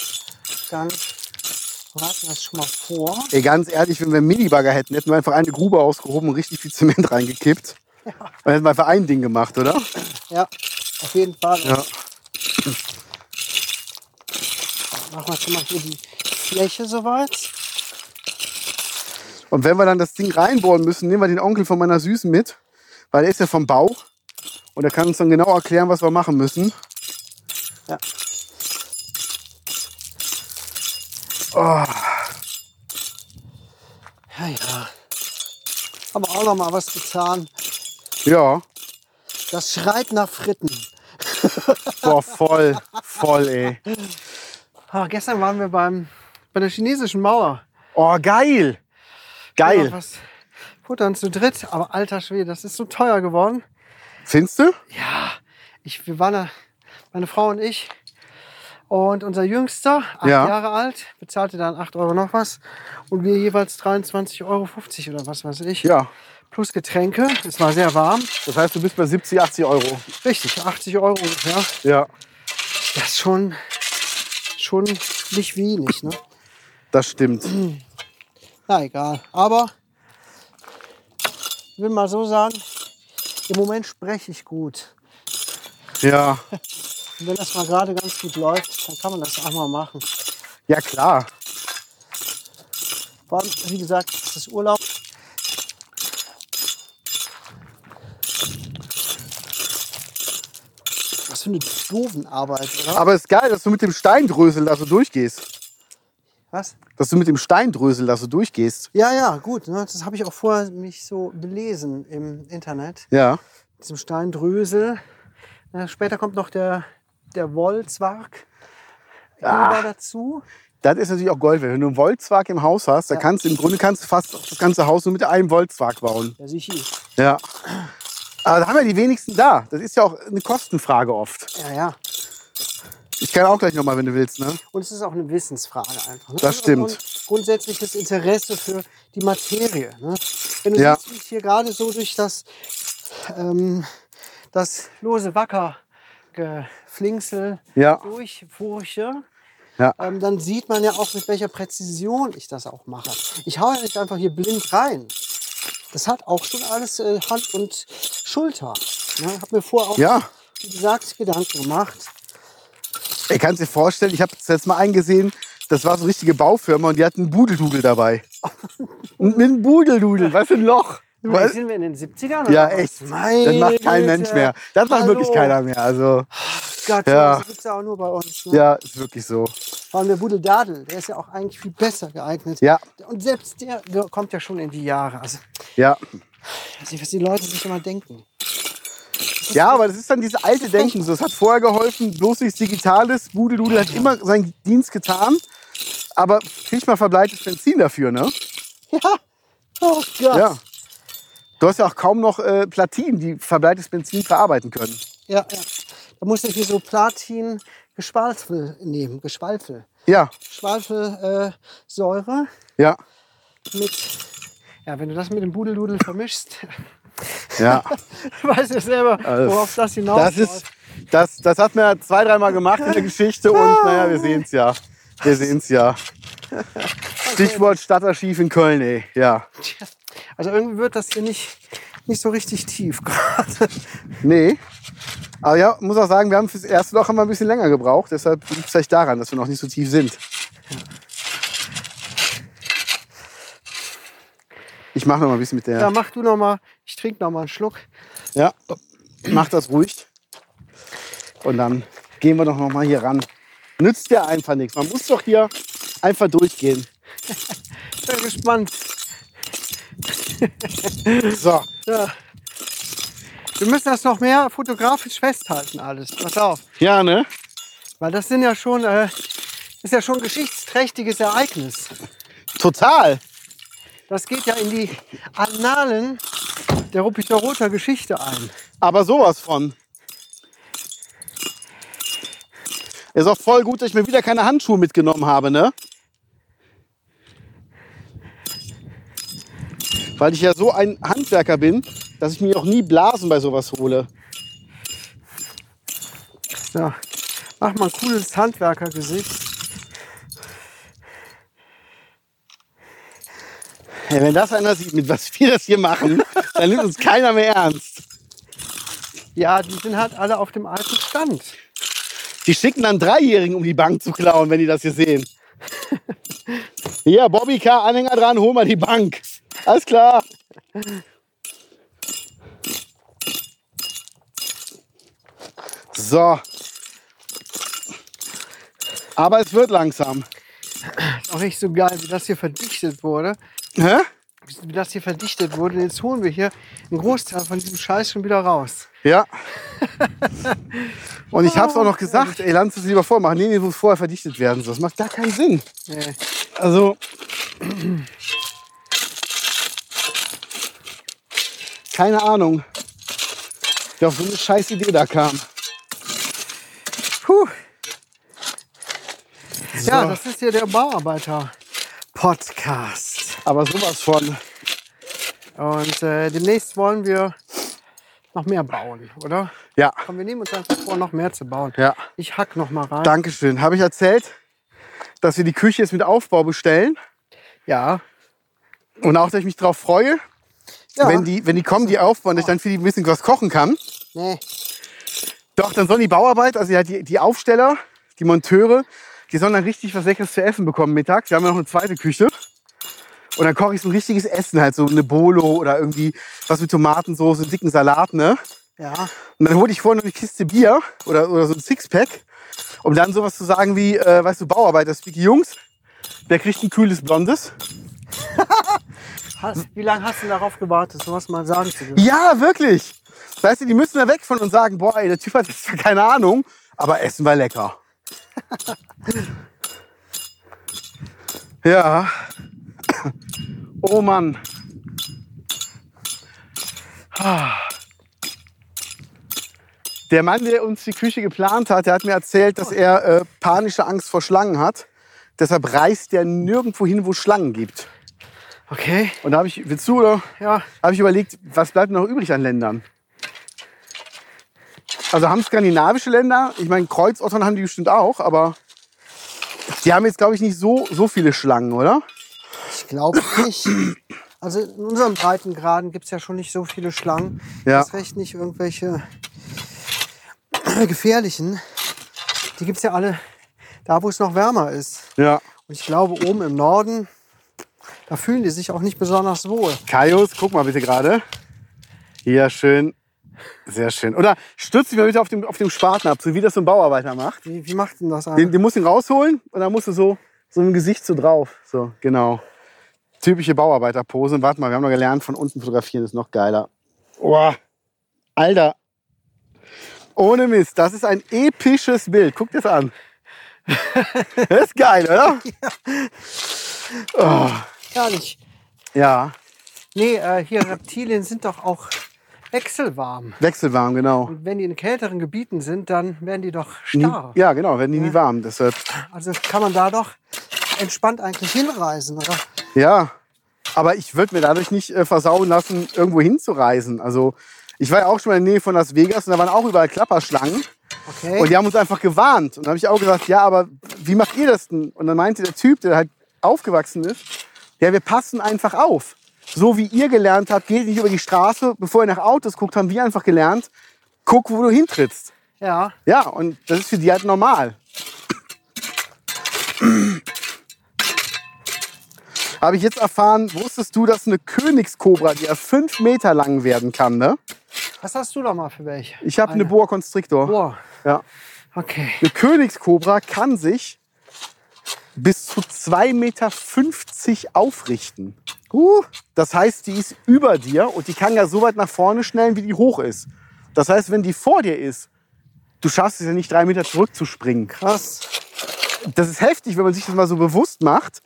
Speaker 2: Dann bereiten wir es schon mal vor.
Speaker 1: Ey, ganz ehrlich, wenn wir einen Minibagger hätten, hätten wir einfach eine Grube ausgehoben und richtig viel Zement reingekippt. Dann hätten wir einfach ein Ding gemacht, oder?
Speaker 2: Ja, auf jeden Fall.
Speaker 1: Ja.
Speaker 2: Machen wir schon mal hier die Fläche soweit.
Speaker 1: Und wenn wir dann das Ding reinbohren müssen, nehmen wir den Onkel von meiner Süßen mit, weil er ist ja vom Bau und er kann uns dann genau erklären, was wir machen müssen.
Speaker 2: Ja.
Speaker 1: Oh,
Speaker 2: Ja, ja. Haben wir auch noch mal was getan.
Speaker 1: ja,
Speaker 2: Das schreit nach Fritten.
Speaker 1: boah, voll, voll, ey.
Speaker 2: Ah, gestern waren wir beim, bei der chinesischen Mauer.
Speaker 1: Oh, geil.
Speaker 2: Noch
Speaker 1: Geil.
Speaker 2: Was futtern zu dritt. Aber alter Schwede, das ist so teuer geworden.
Speaker 1: Findest du?
Speaker 2: Ja, ich, wir waren da, meine Frau und ich. Und unser Jüngster, acht
Speaker 1: Ja.
Speaker 2: Jahre alt, bezahlte dann 8 Euro noch was. Und wir jeweils 23,50 Euro oder was weiß ich.
Speaker 1: Ja.
Speaker 2: Plus Getränke. Es war sehr warm.
Speaker 1: Das heißt, du bist bei 70, 80 Euro.
Speaker 2: Richtig, 80 Euro ungefähr.
Speaker 1: Ja.
Speaker 2: Das ist schon, schon nicht wenig. Ne?
Speaker 1: Das stimmt.
Speaker 2: Na egal. Aber ich will mal so sagen, im Moment spreche ich gut.
Speaker 1: Ja.
Speaker 2: Und wenn das mal gerade ganz gut läuft, dann kann man das auch mal machen.
Speaker 1: Ja, klar.
Speaker 2: Vor allem, wie gesagt, es ist Urlaub. Was für eine doofen Arbeit, oder?
Speaker 1: Aber es ist geil, dass du mit dem Steindrösel da so durchgehst.
Speaker 2: Was?
Speaker 1: Dass du mit dem Steindrösel da so durchgehst.
Speaker 2: Ja, ja, gut. Ne? Das habe ich auch vorher mich so belesen im Internet.
Speaker 1: Ja.
Speaker 2: Mit diesem Steindrösel. Äh, Später kommt noch der, der Wollzwerg Eber dazu.
Speaker 1: Das ist natürlich auch Gold wert. Wenn du einen Wolzwag im Haus hast, da
Speaker 2: Ja.
Speaker 1: kannst du im Grunde kannst du fast das ganze Haus nur mit einem Wolzwag bauen.
Speaker 2: Ja, sicher.
Speaker 1: Ja. Aber da haben ja die wenigsten da. Das ist ja auch eine Kostenfrage oft.
Speaker 2: Ja, ja.
Speaker 1: Ich kann auch gleich nochmal, wenn du willst, ne?
Speaker 2: Und es ist auch eine Wissensfrage einfach. Ne?
Speaker 1: Das stimmt.
Speaker 2: Und grundsätzliches Interesse für die Materie. Ne? Wenn du
Speaker 1: Ja.
Speaker 2: siehst, wie ich hier gerade so durch das, ähm, das lose Wacker geflingsel
Speaker 1: Ja.
Speaker 2: durchfurche,
Speaker 1: Ja.
Speaker 2: ähm, dann sieht man ja auch, mit welcher Präzision ich das auch mache. Ich hau ja nicht einfach hier blind rein. Das hat auch schon alles äh, Hand und Schulter. Ne? Ich habe mir vorher auch,
Speaker 1: Ja.
Speaker 2: wie gesagt, Gedanken gemacht.
Speaker 1: Ey, kannst dir vorstellen, ich habe das letzte Mal eingesehen, das war so eine richtige Baufirma und die hatten einen Budeldudel dabei. Und mit einem Budeldudel, was für ein Loch.
Speaker 2: Weil sind wir in den 70ern? oder
Speaker 1: Ja,
Speaker 2: was?
Speaker 1: echt.
Speaker 2: Meine
Speaker 1: Das macht kein
Speaker 2: Güte.
Speaker 1: Mensch mehr. Das macht
Speaker 2: Hallo.
Speaker 1: wirklich keiner mehr. Also,
Speaker 2: Gott,
Speaker 1: Ja.
Speaker 2: Das gibt's ja auch nur bei uns. Ne?
Speaker 1: ja, ist wirklich so.
Speaker 2: Vor allem der Budeldadel, der ist ja auch eigentlich viel besser geeignet.
Speaker 1: Ja.
Speaker 2: Und selbst der der kommt ja schon in die Jahre. Also,
Speaker 1: Ja.
Speaker 2: ich weiß nicht, was die Leute sich immer denken.
Speaker 1: Ja, aber das ist dann dieses alte Denken. So, es hat vorher geholfen, bloß nichts Digitales. Budeldudel hat immer seinen Dienst getan. Aber kriegt mal verbleites Benzin dafür, ne?
Speaker 2: Ja. Oh Gott.
Speaker 1: Ja. Du hast ja auch kaum noch äh, Platinen, die verbleites Benzin verarbeiten können.
Speaker 2: ja, ja. Da musst du hier so Platin Gespalfel nehmen. Gespalfel.
Speaker 1: Ja,
Speaker 2: Schwafelsäure äh, Säure
Speaker 1: ja,
Speaker 2: mit. Ja, wenn du das mit dem Budeldudel vermischst,
Speaker 1: ja.
Speaker 2: weißt du selber,
Speaker 1: Also,
Speaker 2: worauf das hinausläuft.
Speaker 1: Das, ist, das, das hat man ja zwei, dreimal gemacht in der Geschichte und naja, wir sehen's ja. Wir sehen's ja. Stichwort Stadtarchiv in Köln, ey. Ja.
Speaker 2: Also irgendwie wird das hier nicht, nicht so richtig tief gerade.
Speaker 1: Nee. Aber ja, muss auch sagen, wir haben fürs erste Loch haben wir ein bisschen länger gebraucht. Deshalb liegt es vielleicht daran, dass wir noch nicht so tief sind. Ich mache noch mal ein bisschen mit der.
Speaker 2: Da mach du noch mal, ich trinke noch mal einen Schluck.
Speaker 1: Ja, mach das ruhig. Und dann gehen wir doch noch mal hier ran. Nützt ja einfach nichts. Man muss doch hier einfach durchgehen.
Speaker 2: Ich bin gespannt.
Speaker 1: So,
Speaker 2: Ja. Wir müssen das noch mehr fotografisch festhalten alles. Pass auf.
Speaker 1: ja, ne?
Speaker 2: Weil das sind ja schon, äh, ist ja schon ein geschichtsträchtiges Ereignis.
Speaker 1: Total.
Speaker 2: Das geht ja in die Annalen der Ruppichter-Roter Geschichte ein.
Speaker 1: Aber sowas von. Ist auch voll gut, dass ich mir wieder keine Handschuhe mitgenommen habe, ne? Weil ich ja so ein Handwerker bin, dass ich mir auch nie Blasen bei sowas hole.
Speaker 2: So, mach mal ein cooles Handwerkergesicht.
Speaker 1: Ey, wenn das einer sieht, mit was wir das hier machen, dann nimmt uns keiner mehr ernst.
Speaker 2: Ja, die sind halt alle auf dem alten Stand.
Speaker 1: Die schicken dann Dreijährigen, um die Bank zu klauen, wenn die das hier sehen. Hier, Bobby K., Anhänger dran, hol mal die Bank. Alles klar. So. Aber es wird langsam.
Speaker 2: Ist auch nicht so geil, wie das hier verdichtet wurde.
Speaker 1: Hä?
Speaker 2: Wie das hier verdichtet wurde. Jetzt holen wir hier einen Großteil von diesem Scheiß schon wieder raus.
Speaker 1: Ja. Und ich hab's auch noch gesagt, ey, lass es lieber vormachen. Nee, nee, muss vorher verdichtet werden. Das macht gar keinen Sinn.
Speaker 2: Nee.
Speaker 1: Also. Keine Ahnung, wer auf so eine scheiß Idee da kam.
Speaker 2: Puh. Ja,
Speaker 1: So.
Speaker 2: das ist hier der Bauarbeiter-Podcast.
Speaker 1: Aber sowas von.
Speaker 2: Und äh, demnächst wollen wir noch mehr bauen, oder?
Speaker 1: Ja,
Speaker 2: Komm, wir nehmen uns einfach vor, noch mehr zu bauen.
Speaker 1: ja.
Speaker 2: Ich hack noch mal rein.
Speaker 1: Dankeschön. Habe ich erzählt, dass wir die Küche jetzt mit Aufbau bestellen
Speaker 2: Ja.
Speaker 1: und auch, dass ich mich drauf freue,
Speaker 2: ja.
Speaker 1: wenn, die, wenn die kommen, die aufbauen, dass ich dann für die ein bisschen was kochen kann.
Speaker 2: Nee.
Speaker 1: Doch, dann sollen die Bauarbeit, also ja, die, die Aufsteller, die Monteure, die sollen dann richtig was Leckeres zu essen bekommen mittags. Wir haben ja noch eine zweite Küche. Und dann koche ich so ein richtiges Essen, halt so eine Bolo oder irgendwie was mit Tomatensauce, einen dicken Salat, ne?
Speaker 2: Ja.
Speaker 1: Und dann hole ich vorhin noch eine Kiste Bier oder, oder so ein Sixpack, um dann sowas zu sagen wie, äh, weißt du, Bauarbeiter, Speaky Jungs, der kriegt ein kühles Blondes.
Speaker 2: Ha- Wie lange hast du darauf gewartet, sowas mal sagen zu dürfen?
Speaker 1: Ja, wirklich. Weißt du, die müssen da weg von und sagen, boah, ey, der Typ hat jetzt zwar keine Ahnung, aber Essen war lecker. ja. Oh Mann. Der Mann, der uns die Küche geplant hat, der hat mir erzählt, dass er äh, panische Angst vor Schlangen hat. Deshalb reist er nirgendwo hin, wo es Schlangen gibt.
Speaker 2: Okay.
Speaker 1: Und da habe ich, willst du oder?
Speaker 2: Ja.
Speaker 1: habe ich überlegt, was bleibt noch übrig an Ländern? Also haben skandinavische Länder, ich meine, Kreuzottern haben die bestimmt auch, aber die haben jetzt, glaube ich, nicht so, so viele Schlangen, oder?
Speaker 2: Ich glaube nicht. Also in unserem Breitengraden gibt es ja schon nicht so viele Schlangen.
Speaker 1: Ja.
Speaker 2: Erst recht nicht irgendwelche gefährlichen. Die gibt es ja alle da, wo es noch wärmer ist.
Speaker 1: Ja.
Speaker 2: Und ich glaube, oben im Norden, da fühlen die sich auch nicht besonders wohl.
Speaker 1: Kaius, guck mal bitte gerade. Hier, schön. Sehr schön. Oder stütz dich mal bitte auf dem, auf dem Spaten ab, so wie das so ein Bauarbeiter macht.
Speaker 2: Wie, wie macht denn das
Speaker 1: Den,
Speaker 2: eigentlich?
Speaker 1: den musst du ihn rausholen und dann musst du so, so ein Gesicht so drauf. So, genau. Typische Bauarbeiterpose. Und warte mal, wir haben noch gelernt, von unten fotografieren ist noch geiler. Boah. Alter. Ohne Mist, das ist ein episches Bild. Guck dir das an. Das ist geil, oder?
Speaker 2: Gar nicht.
Speaker 1: Ja,
Speaker 2: Nee, äh, hier Reptilien sind doch auch wechselwarm.
Speaker 1: wechselwarm, genau.
Speaker 2: Und wenn die in kälteren Gebieten sind, dann werden die doch starr.
Speaker 1: Ja, genau, werden die nie warm. Deshalb,
Speaker 2: Also kann man da doch entspannt eigentlich hinreisen, oder?
Speaker 1: ja. Aber ich würde mir dadurch nicht äh, versauen lassen, irgendwo hinzureisen. Also, ich war ja auch schon mal in der Nähe von Las Vegas und da waren auch überall Klapperschlangen.
Speaker 2: Okay.
Speaker 1: Und die haben uns einfach gewarnt. Und dann habe ich auch gesagt, ja, aber wie macht ihr das denn? Und dann meinte der Typ, der halt aufgewachsen ist, ja, wir passen einfach auf. So wie ihr gelernt habt, geht nicht über die Straße. Bevor ihr nach Autos guckt, haben wir einfach gelernt, guck, wo du hintrittst.
Speaker 2: ja,
Speaker 1: Ja, und das ist für die halt normal. Habe ich jetzt erfahren, wusstest du, dass eine Königskobra, die ja fünf Meter lang werden kann, ne?
Speaker 2: was hast du da mal für welche?
Speaker 1: Ich habe eine Boa Constrictor.
Speaker 2: Boah,
Speaker 1: Ja.
Speaker 2: okay.
Speaker 1: Eine Königskobra kann sich bis zu 2,50 Meter aufrichten. Huh. Das heißt, die ist über dir und die kann ja so weit nach vorne schnellen, wie die hoch ist. Das heißt, wenn die vor dir ist, du schaffst es ja nicht, drei Meter zurückzuspringen.
Speaker 2: Krass.
Speaker 1: Das ist heftig, wenn man sich das mal so bewusst macht,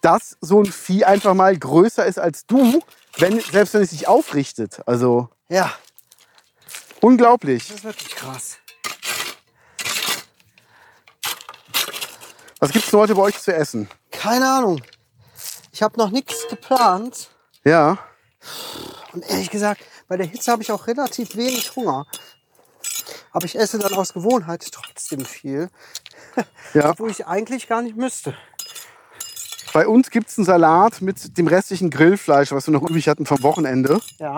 Speaker 1: dass so ein Vieh einfach mal größer ist als du, wenn, selbst wenn es sich aufrichtet. Also
Speaker 2: Ja,
Speaker 1: unglaublich.
Speaker 2: das ist wirklich krass.
Speaker 1: Was gibt's denn heute bei euch zu essen?
Speaker 2: Keine Ahnung. Ich habe noch nichts geplant.
Speaker 1: Ja,
Speaker 2: Und ehrlich gesagt, bei der Hitze habe ich auch relativ wenig Hunger. Aber ich esse dann aus Gewohnheit trotzdem viel,
Speaker 1: ja.
Speaker 2: obwohl ich eigentlich gar nicht müsste.
Speaker 1: Bei uns gibt's einen Salat mit dem restlichen Grillfleisch, was wir noch übrig hatten vom Wochenende.
Speaker 2: Ja.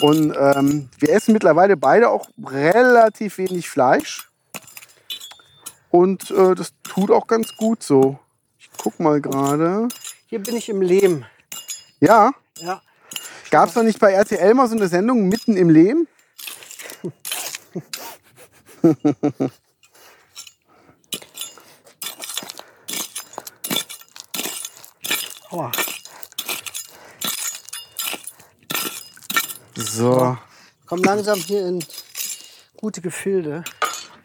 Speaker 1: Und ähm, wir essen mittlerweile beide auch relativ wenig Fleisch. Und äh, das tut auch ganz gut so. Ich guck mal gerade.
Speaker 2: Hier bin ich im Leben.
Speaker 1: Ja,
Speaker 2: Ja.
Speaker 1: gab's da nicht bei RTL mal so eine Sendung mitten im Leben?
Speaker 2: Aua.
Speaker 1: So,
Speaker 2: Komm langsam hier in gute Gefilde.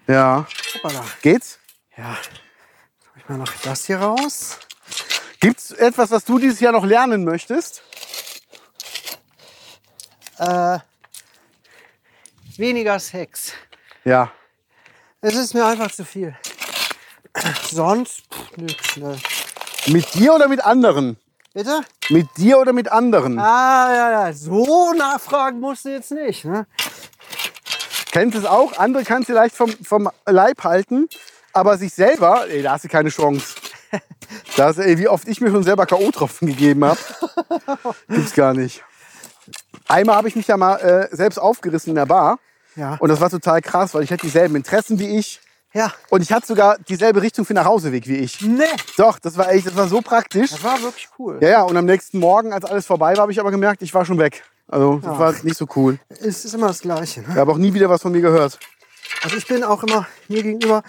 Speaker 1: ja.
Speaker 2: Hoppala.
Speaker 1: Geht's?
Speaker 2: Ja. Hol ich mal noch das hier raus.
Speaker 1: Gibt's etwas, was du dieses Jahr noch lernen möchtest?
Speaker 2: Äh, weniger Sex.
Speaker 1: Ja.
Speaker 2: Es ist mir einfach zu viel. Sonst? Pff, nö, nö.
Speaker 1: Mit dir oder mit anderen?
Speaker 2: Bitte?
Speaker 1: Mit dir oder mit anderen?
Speaker 2: Ah, ja, ja. So nachfragen musst du jetzt nicht. Ne?
Speaker 1: Kennst es auch? Andere kannst du leicht vom, vom Leib halten, aber sich selber, ey, da hast du keine Chance. Das, ey, wie oft ich mir schon selber K.O.-Tropfen gegeben habe, gibt's gar nicht. Einmal habe ich mich ja mal äh, selbst aufgerissen in der Bar
Speaker 2: Ja.
Speaker 1: und das war total krass, weil ich hatte dieselben Interessen wie ich
Speaker 2: ja.
Speaker 1: und ich hatte sogar dieselbe Richtung für den Nachhauseweg wie ich.
Speaker 2: Nee.
Speaker 1: Doch, das war echt, das war so praktisch.
Speaker 2: Das war wirklich cool.
Speaker 1: Ja, ja, und am nächsten Morgen, als alles vorbei war, habe ich aber gemerkt, ich war schon weg. Also, das war nicht so cool.
Speaker 2: Es ist immer das Gleiche. Ne?
Speaker 1: Ich habe auch nie wieder was von mir gehört.
Speaker 2: Also ich bin auch immer mir gegenüber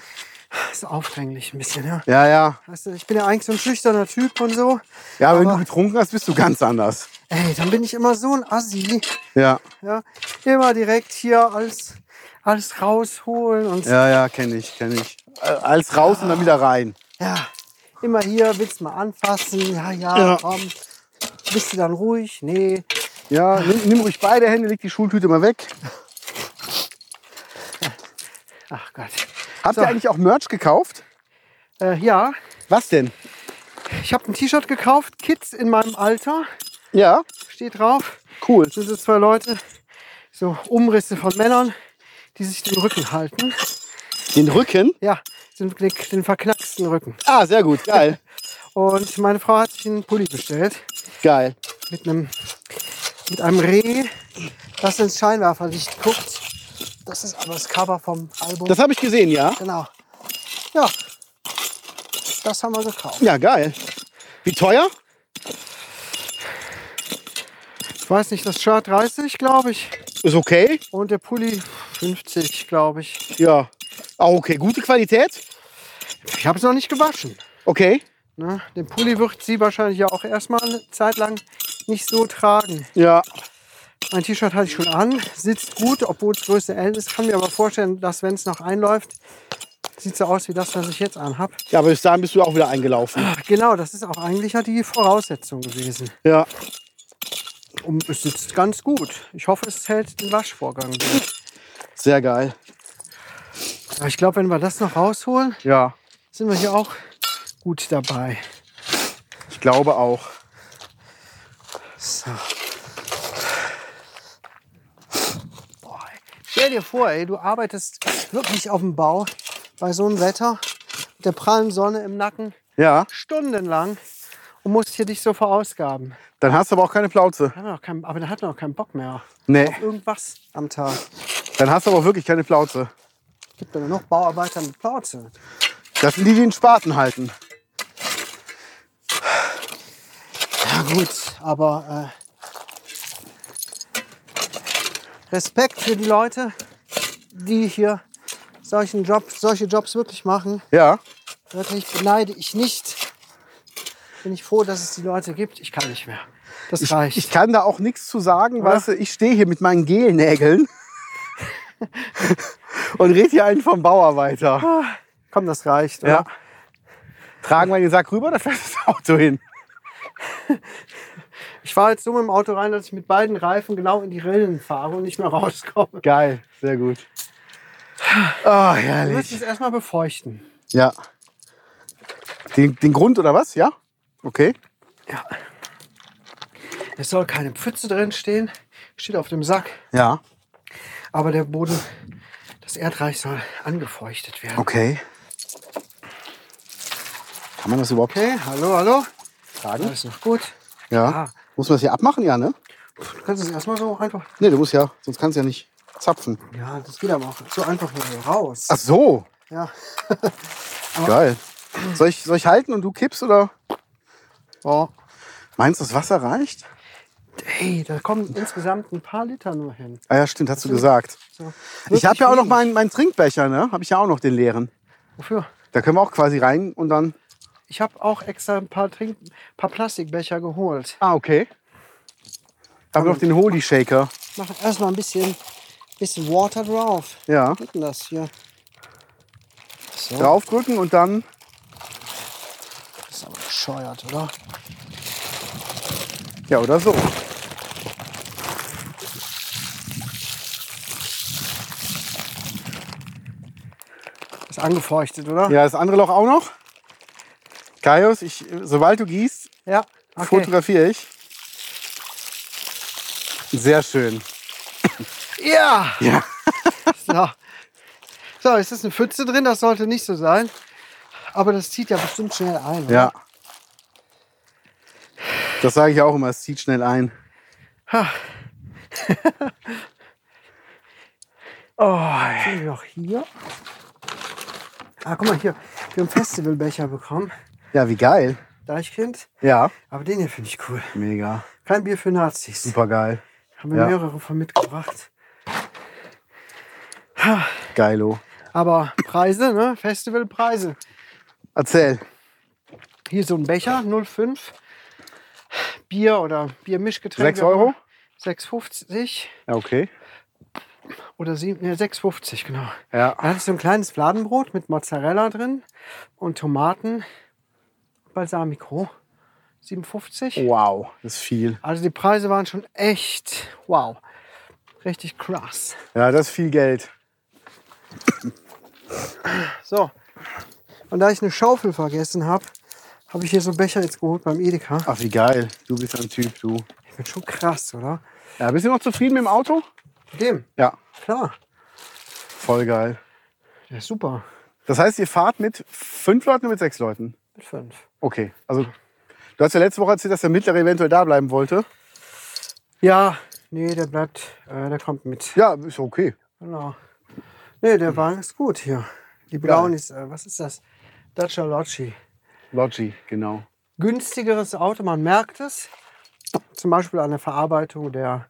Speaker 2: ist aufdringlich ein bisschen. Ja.
Speaker 1: Ja, ja,
Speaker 2: Weißt du, ich bin ja eigentlich so ein schüchterner Typ und so.
Speaker 1: Ja, aber wenn du
Speaker 2: Aber-
Speaker 1: getrunken hast, bist du ganz anders.
Speaker 2: Ey, dann bin ich immer so ein Assi.
Speaker 1: Ja,
Speaker 2: Ja. Immer direkt hier alles, alles rausholen und
Speaker 1: ja, ja, kenne ich, kenne ich. Äh, Alles raus und dann wieder rein.
Speaker 2: Ja, immer hier, willst mal anfassen? Ja, ja,
Speaker 1: Ja.
Speaker 2: komm. Bist du dann ruhig? Nee.
Speaker 1: Ja, nimm, nimm ruhig beide Hände, leg die Schultüte mal weg.
Speaker 2: Ach Gott.
Speaker 1: Habt
Speaker 2: So.
Speaker 1: ihr eigentlich auch Merch gekauft?
Speaker 2: Äh, ja,
Speaker 1: Was denn?
Speaker 2: ich habe ein T-Shirt gekauft, Kids in meinem Alter,
Speaker 1: Ja,
Speaker 2: steht drauf.
Speaker 1: cool.
Speaker 2: Das sind so zwei Leute, so Umrisse von Männern, die sich den Rücken halten.
Speaker 1: Den Rücken?
Speaker 2: Ja, den, den, den verknacksten Rücken.
Speaker 1: Ah, sehr gut, geil,
Speaker 2: Und meine Frau hat sich einen Pulli bestellt
Speaker 1: geil.
Speaker 2: mit einem, mit einem Reh, das ins Scheinwerferlicht guckt. Das ist aber das Cover vom Album.
Speaker 1: Das habe ich gesehen, ja?
Speaker 2: Genau. Ja. Das haben wir gekauft.
Speaker 1: Ja, geil. Wie teuer?
Speaker 2: Ich weiß nicht, das Shirt 30, glaube ich.
Speaker 1: Ist okay.
Speaker 2: Und der Pulli 50, glaube ich.
Speaker 1: Ja. Ah, okay, gute Qualität.
Speaker 2: Ich habe es noch nicht gewaschen.
Speaker 1: Okay.
Speaker 2: Ne? Den Pulli wird sie wahrscheinlich ja auch erstmal eine Zeit lang nicht so tragen.
Speaker 1: Ja.
Speaker 2: Mein T-Shirt hatte ich schon an, sitzt gut, obwohl es Größe L ist. Kann mir aber vorstellen, dass wenn es noch einläuft, sieht so aus wie das, was ich jetzt anhab.
Speaker 1: Ja, aber bis dahin bist du auch wieder eingelaufen.
Speaker 2: Ach, Genau, das ist auch eigentlich ja die Voraussetzung gewesen.
Speaker 1: Ja.
Speaker 2: Und es sitzt ganz gut. Ich hoffe, es hält den Waschvorgang. durch.
Speaker 1: Sehr geil.
Speaker 2: Aber ich glaube, wenn wir das noch rausholen,
Speaker 1: Ja.
Speaker 2: sind wir hier auch gut dabei.
Speaker 1: Ich glaube auch.
Speaker 2: So. Boah, ey. stell dir vor, ey, du arbeitest wirklich auf dem Bau bei so einem Wetter, mit der prallen Sonne im Nacken,
Speaker 1: Ja.
Speaker 2: stundenlang und musst hier dich so verausgaben.
Speaker 1: Dann hast du aber auch keine Plauze.
Speaker 2: Da hat man auch keinen, aber da hat man auch keinen Bock mehr
Speaker 1: Nee.
Speaker 2: auf irgendwas am Tag.
Speaker 1: Dann hast du aber wirklich keine Plauze.
Speaker 2: Gibt ja genug Bauarbeiter mit Plauze.
Speaker 1: Das sind die, die den Spaten halten.
Speaker 2: Ja gut, aber äh, Respekt für die Leute, die hier solchen Job, solche Jobs wirklich machen.
Speaker 1: Ja.
Speaker 2: Wirklich beneide ich nicht. Bin ich froh, dass es die Leute gibt. Ich kann nicht mehr. Das reicht.
Speaker 1: Ich kann da auch nichts zu sagen, weißt du, ich stehe hier mit meinen Gelnägeln und red hier einen vom Bauer weiter.
Speaker 2: Komm, das reicht. Oder?
Speaker 1: Ja. Tragen wir den Sack rüber, da fährt das Auto hin.
Speaker 2: Ich war jetzt so mit dem Auto rein, dass ich mit beiden Reifen genau in die Rillen fahre und nicht mehr rauskomme.
Speaker 1: Geil, sehr gut. Oh,
Speaker 2: Wir
Speaker 1: herrlich.
Speaker 2: müssen es erstmal befeuchten.
Speaker 1: Ja. Den, den Grund oder was? Ja? Okay.
Speaker 2: Ja. Es soll keine Pfütze drin stehen. Steht auf dem Sack.
Speaker 1: Ja.
Speaker 2: Aber der Boden, das Erdreich soll angefeuchtet werden.
Speaker 1: Okay. Kann man das überhaupt
Speaker 2: Okay, hallo, hallo.
Speaker 1: tragen?
Speaker 2: Alles noch gut.
Speaker 1: Ja. Muss man das hier abmachen? Ja, ne?
Speaker 2: Du kannst es erstmal so einfach.
Speaker 1: Ne, du musst ja, sonst kannst du ja nicht zapfen.
Speaker 2: Ja, das geht aber auch so einfach nur so raus.
Speaker 1: Ach so.
Speaker 2: Ja.
Speaker 1: Geil. Soll ich, soll ich halten und du kippst oder
Speaker 2: Oh.
Speaker 1: meinst du, das Wasser reicht?
Speaker 2: Ey, da kommen insgesamt ein paar Liter nur hin.
Speaker 1: Ah ja, stimmt, hast du gesagt.
Speaker 2: So,
Speaker 1: Ich
Speaker 2: wirklich
Speaker 1: habe ja auch noch
Speaker 2: wenig.
Speaker 1: meinen, meinen Trinkbecher, ne? Habe ich ja auch noch den leeren.
Speaker 2: Wofür?
Speaker 1: Da können wir auch quasi rein und dann.
Speaker 2: Ich habe auch extra ein paar, Trink paar Plastikbecher geholt.
Speaker 1: Ah, okay. Haben wir noch den Holy Shaker.
Speaker 2: Mach erstmal ein bisschen, bisschen Water drauf.
Speaker 1: Ja.
Speaker 2: Was ist denn das hier? So,
Speaker 1: Draufdrücken und dann.
Speaker 2: das ist aber bescheuert, oder?
Speaker 1: Ja, oder so.
Speaker 2: Ist angefeuchtet, oder?
Speaker 1: Ja, das andere Loch auch noch. Kaios, ich, sobald du gießt,
Speaker 2: ja. Okay.
Speaker 1: fotografiere ich. Sehr schön.
Speaker 2: Ja!
Speaker 1: Ja.
Speaker 2: So. so, es ist eine Pfütze drin, das sollte nicht so sein. Aber das zieht ja bestimmt schnell ein. oder?
Speaker 1: Ja. Das sage ich auch immer, es zieht schnell ein.
Speaker 2: Was haben Oh, wir noch hier? Ah, guck mal hier. Wir haben Festivalbecher bekommen.
Speaker 1: Ja, wie geil.
Speaker 2: Deichkind.
Speaker 1: Ja.
Speaker 2: Aber den hier finde ich cool.
Speaker 1: Mega.
Speaker 2: Kein Bier für Nazis.
Speaker 1: Super geil.
Speaker 2: Haben wir
Speaker 1: Ja.
Speaker 2: mehrere von mitgebracht.
Speaker 1: Geilo.
Speaker 2: Aber Preise, ne? Festivalpreise.
Speaker 1: Erzähl.
Speaker 2: Hier so ein Becher, 05. Bier oder Biermischgetränk.
Speaker 1: Sechs Euro?
Speaker 2: 6,50
Speaker 1: Ja, okay.
Speaker 2: oder sieben- ne, 6,50, genau.
Speaker 1: Ja.
Speaker 2: Da hatte ich so ein kleines Fladenbrot mit Mozzarella drin und Tomaten. Balsamico. 57.
Speaker 1: Wow, das ist viel.
Speaker 2: Also die Preise waren schon echt wow. Richtig krass.
Speaker 1: Ja, das ist viel Geld.
Speaker 2: So. Und da ich eine Schaufel vergessen habe, habe ich hier so einen Becher jetzt geholt beim Edeka.
Speaker 1: Ach, wie geil. Du bist ein Typ, du.
Speaker 2: Ich bin schon krass, oder?
Speaker 1: Ja, bist du noch zufrieden mit dem Auto?
Speaker 2: Mit dem,
Speaker 1: Ja,
Speaker 2: klar.
Speaker 1: voll geil.
Speaker 2: Der ist super.
Speaker 1: Das heißt, ihr fahrt mit fünf Leuten oder mit sechs Leuten?
Speaker 2: Mit fünf.
Speaker 1: Okay. Also, du hast ja letzte Woche erzählt, dass der Mittlere eventuell da bleiben wollte.
Speaker 2: Ja, nee, der bleibt, äh, der kommt mit.
Speaker 1: Ja, ist okay.
Speaker 2: Genau. Nee, der Wagen ist gut hier. Die blauen ist, äh, was ist das? Dacia Loggi.
Speaker 1: Logi, genau.
Speaker 2: günstigeres Auto, man merkt es. Zum Beispiel an der Verarbeitung der,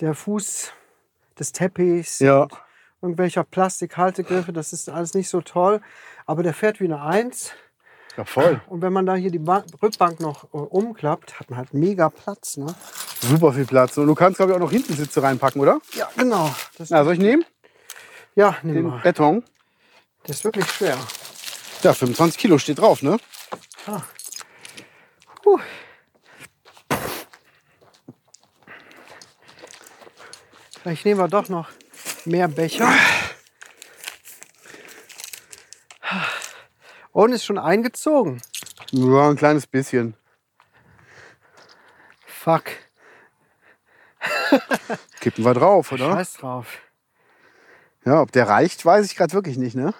Speaker 2: der Fuß, des Teppichs,
Speaker 1: Ja.
Speaker 2: irgendwelcher Plastikhaltegriffe, das ist alles nicht so toll. Aber der fährt wie eine Eins.
Speaker 1: Ja, voll.
Speaker 2: Und wenn man da hier die Ba- Rückbank noch äh, umklappt, hat man halt mega Platz. Ne?
Speaker 1: Super viel Platz. Und du kannst, glaube ich, auch noch hinten Sitze reinpacken, oder?
Speaker 2: Ja, genau. Das,
Speaker 1: Na, soll ich nehmen?
Speaker 2: ja, nimm
Speaker 1: Den
Speaker 2: mal.
Speaker 1: Beton.
Speaker 2: Der ist wirklich schwer.
Speaker 1: Ja, 25 Kilo steht drauf, ne?
Speaker 2: Puh. Vielleicht nehmen wir doch noch mehr Becher. Und ist schon eingezogen.
Speaker 1: Ja, ein kleines bisschen.
Speaker 2: Fuck.
Speaker 1: Kippen wir drauf, oder?
Speaker 2: Scheiß drauf.
Speaker 1: Ja, ob der reicht, weiß ich gerade wirklich nicht, ne?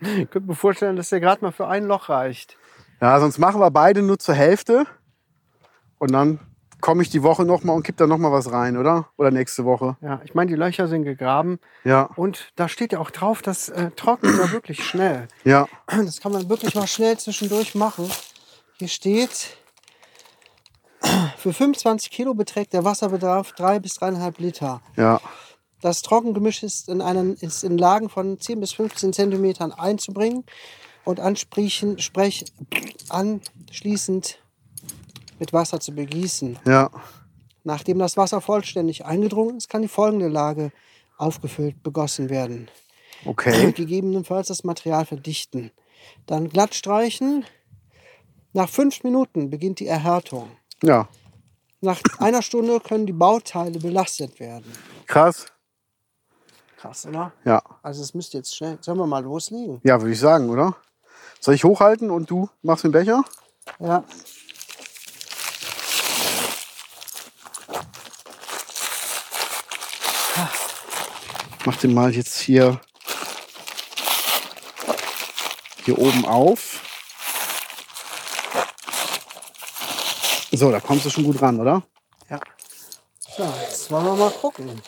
Speaker 2: Ich könnte mir vorstellen, dass der gerade mal für ein Loch reicht.
Speaker 1: Ja, sonst machen wir beide nur zur Hälfte. Und dann komme ich die Woche nochmal und kipp da nochmal was rein, oder? Oder nächste Woche.
Speaker 2: Ja, ich meine, die Löcher sind gegraben.
Speaker 1: Ja,
Speaker 2: Und da steht ja auch drauf, das äh, trocknet ja wirklich schnell.
Speaker 1: ja.
Speaker 2: Das kann man wirklich mal schnell zwischendurch machen. Hier steht, für 25 Kilo beträgt der Wasserbedarf 3 bis 3,5 Liter.
Speaker 1: Ja,
Speaker 2: Das Trockengemisch ist in, einen, ist in Lagen von 10 bis 15 Zentimetern einzubringen und ansprechen, sprech, anschließend mit Wasser zu begießen.
Speaker 1: ja.
Speaker 2: Nachdem das Wasser vollständig eingedrungen ist, kann die folgende Lage aufgefüllt, begossen werden.
Speaker 1: Okay.
Speaker 2: Gegebenenfalls das Material verdichten. Dann glatt streichen. Nach fünf Minuten beginnt die Erhärtung.
Speaker 1: Ja,
Speaker 2: Nach einer Stunde können die Bauteile belastet werden.
Speaker 1: krass.
Speaker 2: Krass, oder?
Speaker 1: Ja,
Speaker 2: Also es müsste jetzt schnell. Sollen wir mal loslegen?
Speaker 1: ja würde ich sagen, oder? Soll ich hochhalten und du machst den Becher?
Speaker 2: Ja. Ah.
Speaker 1: Mach den mal jetzt hier, hier oben auf. So, da kommst du schon gut ran, oder?
Speaker 2: ja. So, jetzt wollen wir mal gucken.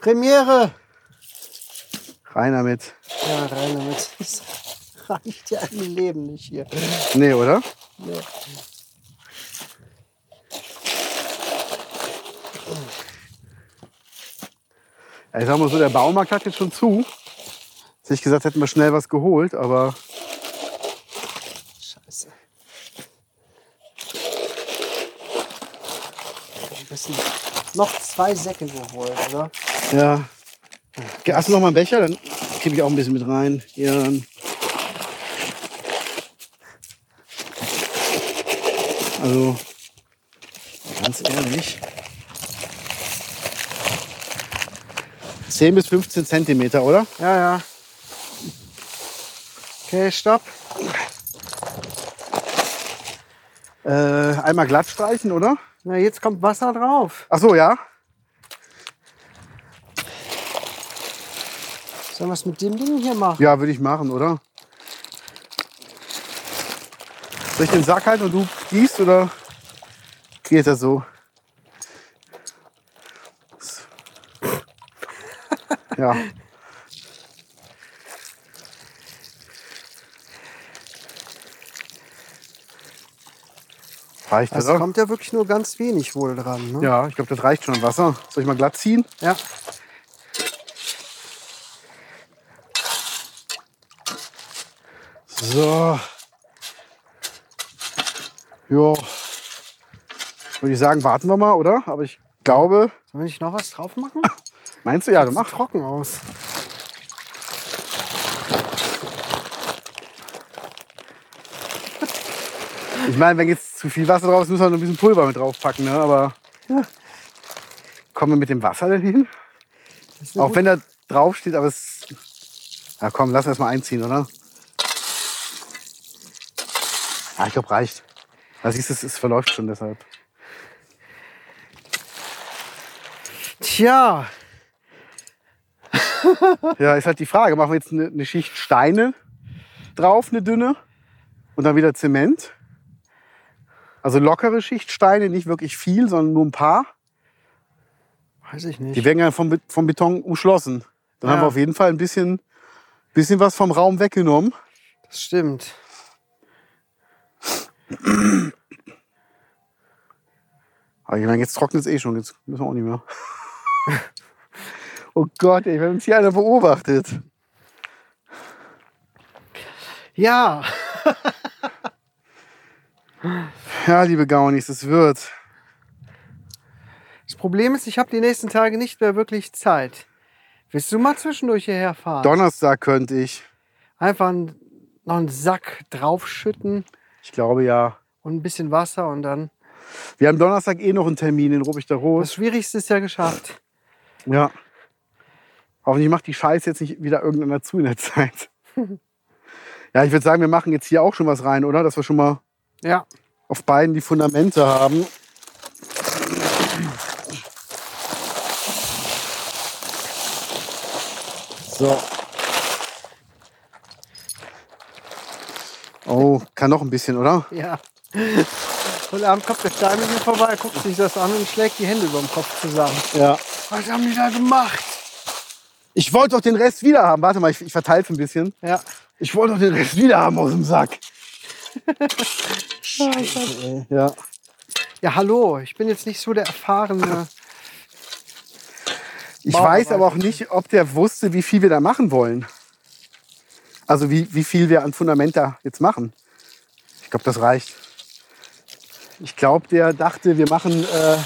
Speaker 2: Premiere!
Speaker 1: Rein damit.
Speaker 2: Ja, rein damit. Das reicht ja im Leben nicht hier.
Speaker 1: Nee, oder?
Speaker 2: Nee.
Speaker 1: Ja, Ich sag mal so, der Baumarkt hat jetzt schon zu. Hätte ich gesagt, hätten wir schnell was geholt, aber
Speaker 2: Scheiße. Wir müssen noch zwei Säcke nur holen, oder?
Speaker 1: ja. Ge- Hast du noch mal einen Becher? Dann gebe ich auch ein bisschen mit rein. Ja, dann. Also, ganz ehrlich. 10 bis 15 Zentimeter, oder?
Speaker 2: Ja, ja. Okay, stopp.
Speaker 1: Äh, einmal glatt streichen, oder?
Speaker 2: Na, jetzt kommt Wasser drauf.
Speaker 1: Ach so, ja.
Speaker 2: Sollen wir es mit dem Ding hier machen?
Speaker 1: Ja, würde ich machen, oder? Soll ich den Sack halten und du gießt oder geht das so? Ja. Reicht das?
Speaker 2: Also kommt ja wirklich nur ganz wenig wohl dran. Ne?
Speaker 1: Ja, ich glaube, das reicht schon an Wasser. Soll ich mal glatt ziehen?
Speaker 2: Ja.
Speaker 1: So. Jo. Würde ich sagen, warten wir mal, oder? Aber ich glaube,
Speaker 2: Sollen wir nicht noch was drauf machen?
Speaker 1: meinst du ja, dann mach.
Speaker 2: Sieht trocken aus.
Speaker 1: Ich meine, wenn jetzt zu viel Wasser drauf ist, müssen wir noch ein bisschen Pulver mit draufpacken, ne? Aber ja. kommen wir mit dem Wasser denn hin?
Speaker 2: Das ist eine
Speaker 1: Auch wenn da drauf steht, aber es. Na komm, lass erst mal einziehen, oder? Ja, Ah, ich glaube, reicht. Da siehst du, es, es verläuft schon deshalb.
Speaker 2: gute- Tja,
Speaker 1: Ja, ist halt die Frage, machen wir jetzt eine, eine Schicht Steine drauf, eine dünne, und dann wieder Zement? Also lockere Schicht Steine, nicht wirklich viel, sondern nur ein paar.
Speaker 2: weiß ich nicht.
Speaker 1: Die werden ja vom, Be- vom Beton umschlossen. Dann
Speaker 2: Ja.
Speaker 1: haben wir auf jeden Fall ein bisschen, bisschen was vom Raum weggenommen.
Speaker 2: Das stimmt.
Speaker 1: Aber ich meine, jetzt trocknet es eh schon, jetzt müssen wir auch nicht mehr. oh Gott, ey, wenn uns hier einer beobachtet.
Speaker 2: Ja,
Speaker 1: Ja, liebe Gaunis, es wird.
Speaker 2: das Problem ist, ich habe die nächsten Tage nicht mehr wirklich Zeit. Willst du mal zwischendurch hierher fahren?
Speaker 1: Donnerstag könnte ich.
Speaker 2: Einfach einen, noch einen Sack draufschütten
Speaker 1: Ich glaube ja.
Speaker 2: und ein bisschen Wasser und dann.
Speaker 1: Wir haben Donnerstag eh noch einen Termin in Rubik der Rot.
Speaker 2: Das Schwierigste ist ja geschafft.
Speaker 1: Ja. Hoffentlich macht die Scheiße jetzt nicht wieder irgendeiner zu in der Zeit. ja, ich würde sagen, wir machen jetzt hier auch schon was rein, oder? Dass wir schon mal
Speaker 2: Ja,
Speaker 1: auf beiden die Fundamente haben. So. Oh, kann noch ein bisschen, oder?
Speaker 2: ja. Und am Kopf der Steine hier vorbei, guckt sich das an und schlägt die Hände über dem Kopf zusammen.
Speaker 1: Ja.
Speaker 2: Was haben die da gemacht?
Speaker 1: Ich wollte doch den Rest wieder haben. Warte mal, ich, ich verteile es ein bisschen.
Speaker 2: Ja.
Speaker 1: Ich wollte doch den Rest wieder haben aus dem Sack. Ja.
Speaker 2: Ja, hallo, ich bin jetzt nicht so der erfahrene.
Speaker 1: Ich
Speaker 2: Bauarbeiter.
Speaker 1: weiß aber auch nicht, ob der wusste, wie viel wir da machen wollen. Also wie, wie viel wir an Fundament da jetzt machen. Ich glaube, das reicht. Ich glaube, der dachte, wir machen äh,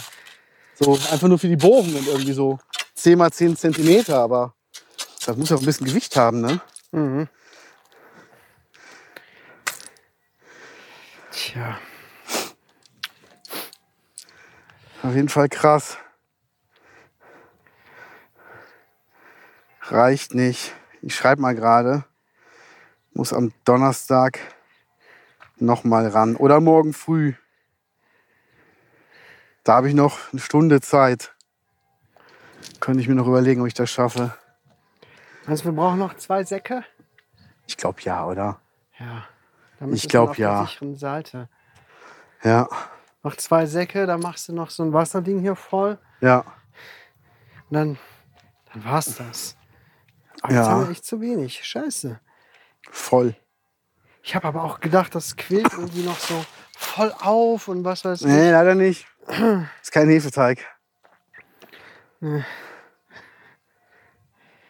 Speaker 1: so einfach nur für die Bogen und irgendwie so 10 mal 10 Zentimeter, aber das muss ja auch ein bisschen Gewicht haben, ne?
Speaker 2: Mhm. Tja.
Speaker 1: Auf jeden Fall krass. Reicht nicht. Ich schreibe mal gerade. Muss am Donnerstag nochmal ran. Oder morgen früh. Da habe ich noch eine Stunde Zeit. Könnte ich mir noch überlegen, ob ich das schaffe.
Speaker 2: Also wir brauchen noch zwei Säcke.
Speaker 1: Ich glaube ja, oder?
Speaker 2: Ja. Damit
Speaker 1: Ich
Speaker 2: ist man
Speaker 1: glaub,
Speaker 2: auf
Speaker 1: ja.
Speaker 2: Der sicheren Seite.
Speaker 1: Ja,
Speaker 2: Noch zwei Säcke, dann machst du noch so ein Wasserding hier voll
Speaker 1: ja.
Speaker 2: und dann, dann war's das. Aber jetzt
Speaker 1: Ja.
Speaker 2: haben wir echt zu wenig. Scheiße.
Speaker 1: Voll.
Speaker 2: Ich habe aber auch gedacht, das quillt irgendwie noch so voll auf und was weiß ich.
Speaker 1: Nee, leider nicht. Ist kein Hefeteig.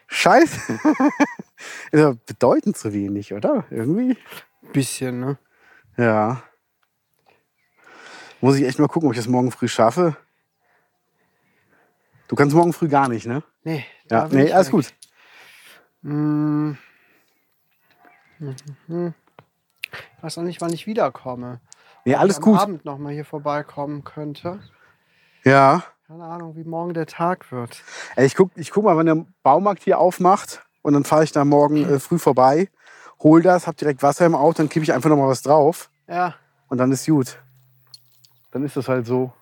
Speaker 1: Scheiße. Ist aber bedeutend zu wenig, oder? Irgendwie.
Speaker 2: Bisschen, ne?
Speaker 1: Ja. Muss ich echt mal gucken, ob ich das morgen früh schaffe. Du kannst morgen früh gar nicht, ne?
Speaker 2: Nee. da
Speaker 1: Ja,
Speaker 2: bin
Speaker 1: nee,
Speaker 2: ich
Speaker 1: alles
Speaker 2: weg.
Speaker 1: gut.
Speaker 2: Mm. Mhm. Weiß auch nicht, wann ich wiederkomme.
Speaker 1: Nee, alles
Speaker 2: am
Speaker 1: gut.
Speaker 2: Abend nochmal hier vorbeikommen könnte.
Speaker 1: Ja.
Speaker 2: Keine Ahnung, wie morgen der Tag wird.
Speaker 1: Ey, Ich guck, ich guck mal, wenn der Baumarkt hier aufmacht und dann fahre ich da morgen äh, früh vorbei, hol das, hab direkt Wasser im Auto, dann kippe ich einfach nochmal was drauf
Speaker 2: Ja,
Speaker 1: und dann ist gut. Dann ist das halt so.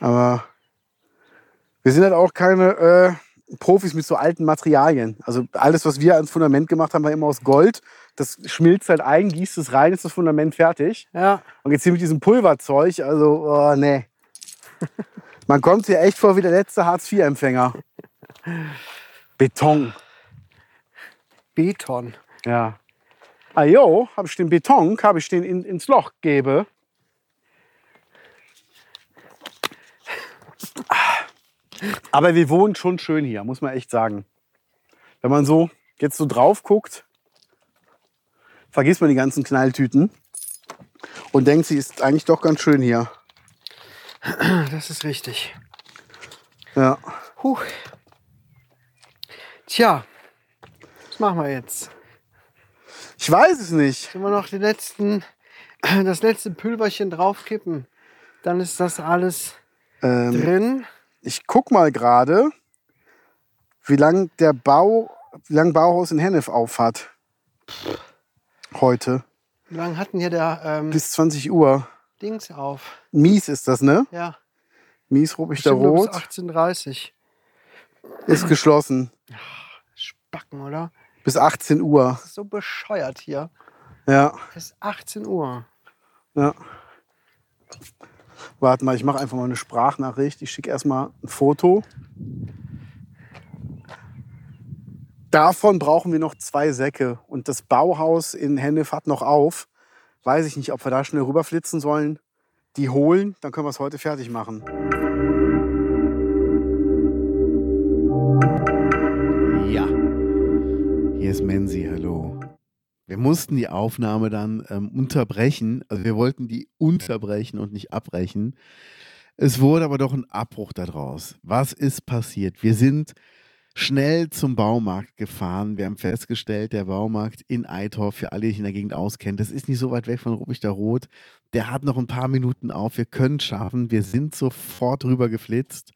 Speaker 1: Aber wir sind halt auch keine äh, Profis mit so alten Materialien. Also alles, was wir ans Fundament gemacht haben, war immer aus Gold. Das schmilzt halt ein, gießt es rein, ist das Fundament fertig.
Speaker 2: ja.
Speaker 1: Und jetzt hier mit diesem Pulverzeug, also, oh, nee. Man kommt hier echt vor wie der letzte Hartz-IV-Empfänger. Beton.
Speaker 2: Beton.
Speaker 1: Ja. Ah jo, habe ich den Beton, habe ich den in, ins Loch gebe. Aber wir wohnen schon schön hier, muss man echt sagen. Wenn man so jetzt so drauf guckt, vergisst man die ganzen Knalltüten und denkt, sie ist eigentlich doch ganz schön hier.
Speaker 2: Das ist richtig.
Speaker 1: Ja.
Speaker 2: Huch. Tja, was machen wir jetzt?
Speaker 1: Ich weiß es nicht.
Speaker 2: Wenn wir noch den letzten, das letzte Pülverchen draufkippen, dann ist das alles
Speaker 1: Ähm,
Speaker 2: drin.
Speaker 1: ich guck mal gerade, wie lang der Bau, wie lang Bauhaus in Hennef auf hat. Heute.
Speaker 2: Wie lange hatten hier der ähm,
Speaker 1: Bis 20 Uhr.
Speaker 2: Dings auf?
Speaker 1: Mies ist das, ne?
Speaker 2: Ja,
Speaker 1: Mies rup ich da
Speaker 2: bestimmt nur bis
Speaker 1: rot.
Speaker 2: 18.30
Speaker 1: Ist geschlossen.
Speaker 2: Spacken, oder?
Speaker 1: Bis 18 Uhr.
Speaker 2: Das ist so bescheuert hier.
Speaker 1: Ja,
Speaker 2: Es ist 18 Uhr.
Speaker 1: ja. Warte mal, ich mache einfach mal eine Sprachnachricht. Ich schicke erstmal ein Foto. Davon brauchen wir noch zwei Säcke. Und das Bauhaus in Hennef hat noch auf. Weiß ich nicht, ob wir da schnell rüberflitzen sollen. Die holen, dann können wir es heute fertig machen.
Speaker 3: Ja. Hier ist Menzi, hallo. Wir mussten die Aufnahme dann ähm, unterbrechen. Also wir wollten die unterbrechen und nicht abbrechen. Es wurde aber doch ein Abbruch daraus. Was ist passiert? Wir sind schnell zum Baumarkt gefahren. Wir haben festgestellt, der Baumarkt in Eitorf, für alle, die sich in der Gegend auskennen, das ist nicht so weit weg von Ruppichter Rot. Der hat noch ein paar Minuten auf. Wir können es schaffen. Wir sind sofort rüber geflitzt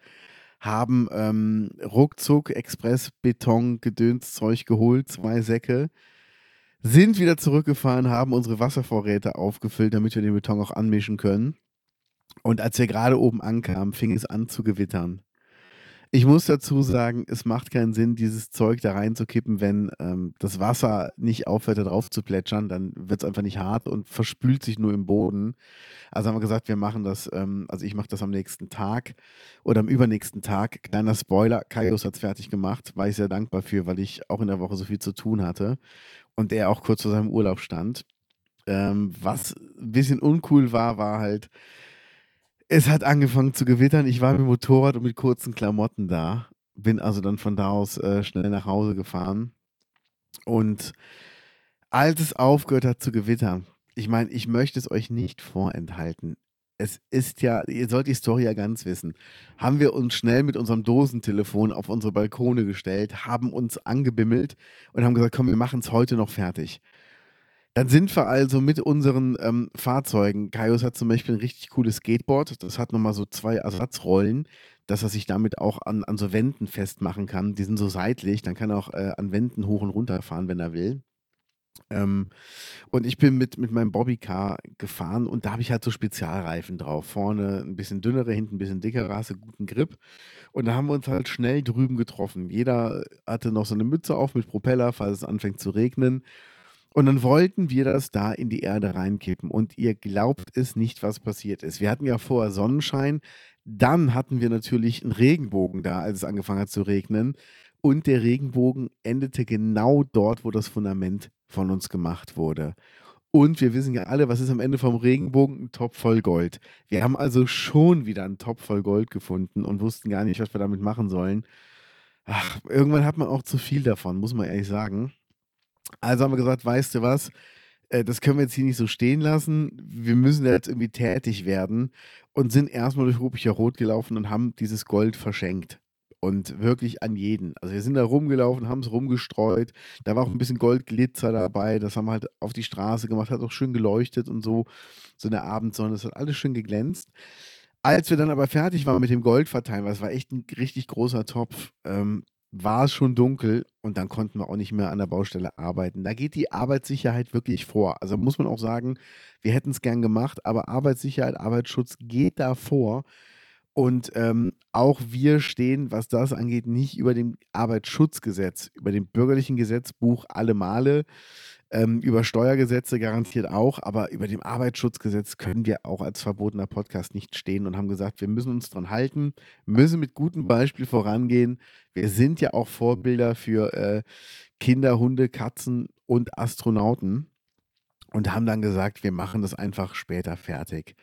Speaker 3: haben ähm, ruckzuck Express-Beton-Gedönszeug geholt, zwei Säcke, sind wieder zurückgefahren, haben unsere Wasservorräte aufgefüllt, damit wir den Beton auch anmischen können. Und als wir gerade oben ankamen, fing es an zu gewittern. Ich muss dazu sagen, es macht keinen Sinn, dieses Zeug da reinzukippen, wenn ähm, das Wasser nicht aufhört, da drauf zu plätschern. Dann wird es einfach nicht hart und verspült sich nur im Boden. Also haben wir gesagt, wir machen das, ähm, also ich mache das am nächsten Tag oder am übernächsten Tag. Kleiner Spoiler, Kaius hat es fertig gemacht, war ich sehr dankbar für, weil ich auch in der Woche so viel zu tun hatte und er auch kurz vor seinem Urlaub stand. Ähm, was ein bisschen uncool war, war halt, es hat angefangen zu gewittern. Ich war mit dem Motorrad und mit kurzen Klamotten da, bin also dann von da aus äh, schnell nach Hause gefahren. Und als es aufgehört hat zu gewittern, ich meine, ich möchte es euch nicht vorenthalten.
Speaker 1: Es ist ja, ihr sollt die Story ja ganz wissen. Haben wir uns schnell mit unserem Dosentelefon auf unsere Balkone gestellt, haben uns angebimmelt und haben gesagt, komm, wir machen es heute noch fertig. Dann sind wir also mit unseren ähm, Fahrzeugen. Kaius hat zum Beispiel ein richtig cooles Skateboard. Das hat nochmal so zwei Ersatzrollen, dass er sich damit auch an, an so Wänden festmachen kann. Die sind so seitlich, dann kann er auch äh, an Wänden hoch und runter fahren, wenn er will. Ähm, und ich bin mit, mit meinem Bobbycar gefahren und da habe ich halt so Spezialreifen drauf. Vorne ein bisschen dünnere, hinten ein bisschen dickere, hast du guten Grip. Und da haben wir uns halt schnell drüben getroffen. Jeder hatte noch so eine Mütze auf mit Propeller, falls es anfängt zu regnen. Und dann wollten wir das da in die Erde reinkippen. Und ihr glaubt es nicht, was passiert ist. Wir hatten ja vorher Sonnenschein. Dann hatten wir natürlich einen Regenbogen da, als es angefangen hat zu regnen. Und der Regenbogen endete genau dort, wo das Fundament von uns gemacht wurde. Und wir wissen ja alle, was ist am Ende vom Regenbogen? Ein Topf voll Gold. Wir haben also schon wieder einen Topf voll Gold gefunden und wussten gar nicht, was wir damit machen sollen. Ach, irgendwann hat man auch zu viel davon, muss man ehrlich sagen. Also haben wir gesagt, weißt du was, äh, das können wir jetzt hier nicht so stehen lassen. Wir müssen da jetzt irgendwie tätig werden und sind erstmal durch Rupicher Rot gelaufen und haben dieses Gold verschenkt. Und wirklich an jeden. Also wir sind da rumgelaufen, haben es rumgestreut. Da war auch ein bisschen Goldglitzer dabei. Das haben wir halt auf die Straße gemacht, hat auch schön geleuchtet und so. So eine Abendsonne, das hat alles schön geglänzt. Als wir dann aber fertig waren mit dem Goldverteilen, was war echt ein richtig großer Topf, ähm, war es schon dunkel und dann konnten wir auch nicht mehr an der Baustelle arbeiten. Da geht die Arbeitssicherheit wirklich vor. Also muss man auch sagen, wir hätten es gern gemacht, aber Arbeitssicherheit, Arbeitsschutz geht da vor. Und ähm, auch wir stehen, was das angeht, nicht über dem Arbeitsschutzgesetz, über dem bürgerlichen Gesetzbuch alle Male, ähm, über Steuergesetze garantiert auch, aber über dem Arbeitsschutzgesetz können wir auch als verbotener Podcast nicht stehen und haben gesagt, wir müssen uns dran halten, müssen mit gutem Beispiel vorangehen. Wir sind ja auch Vorbilder für äh, Kinder, Hunde, Katzen und Astronauten und haben dann gesagt, wir machen das einfach später fertig.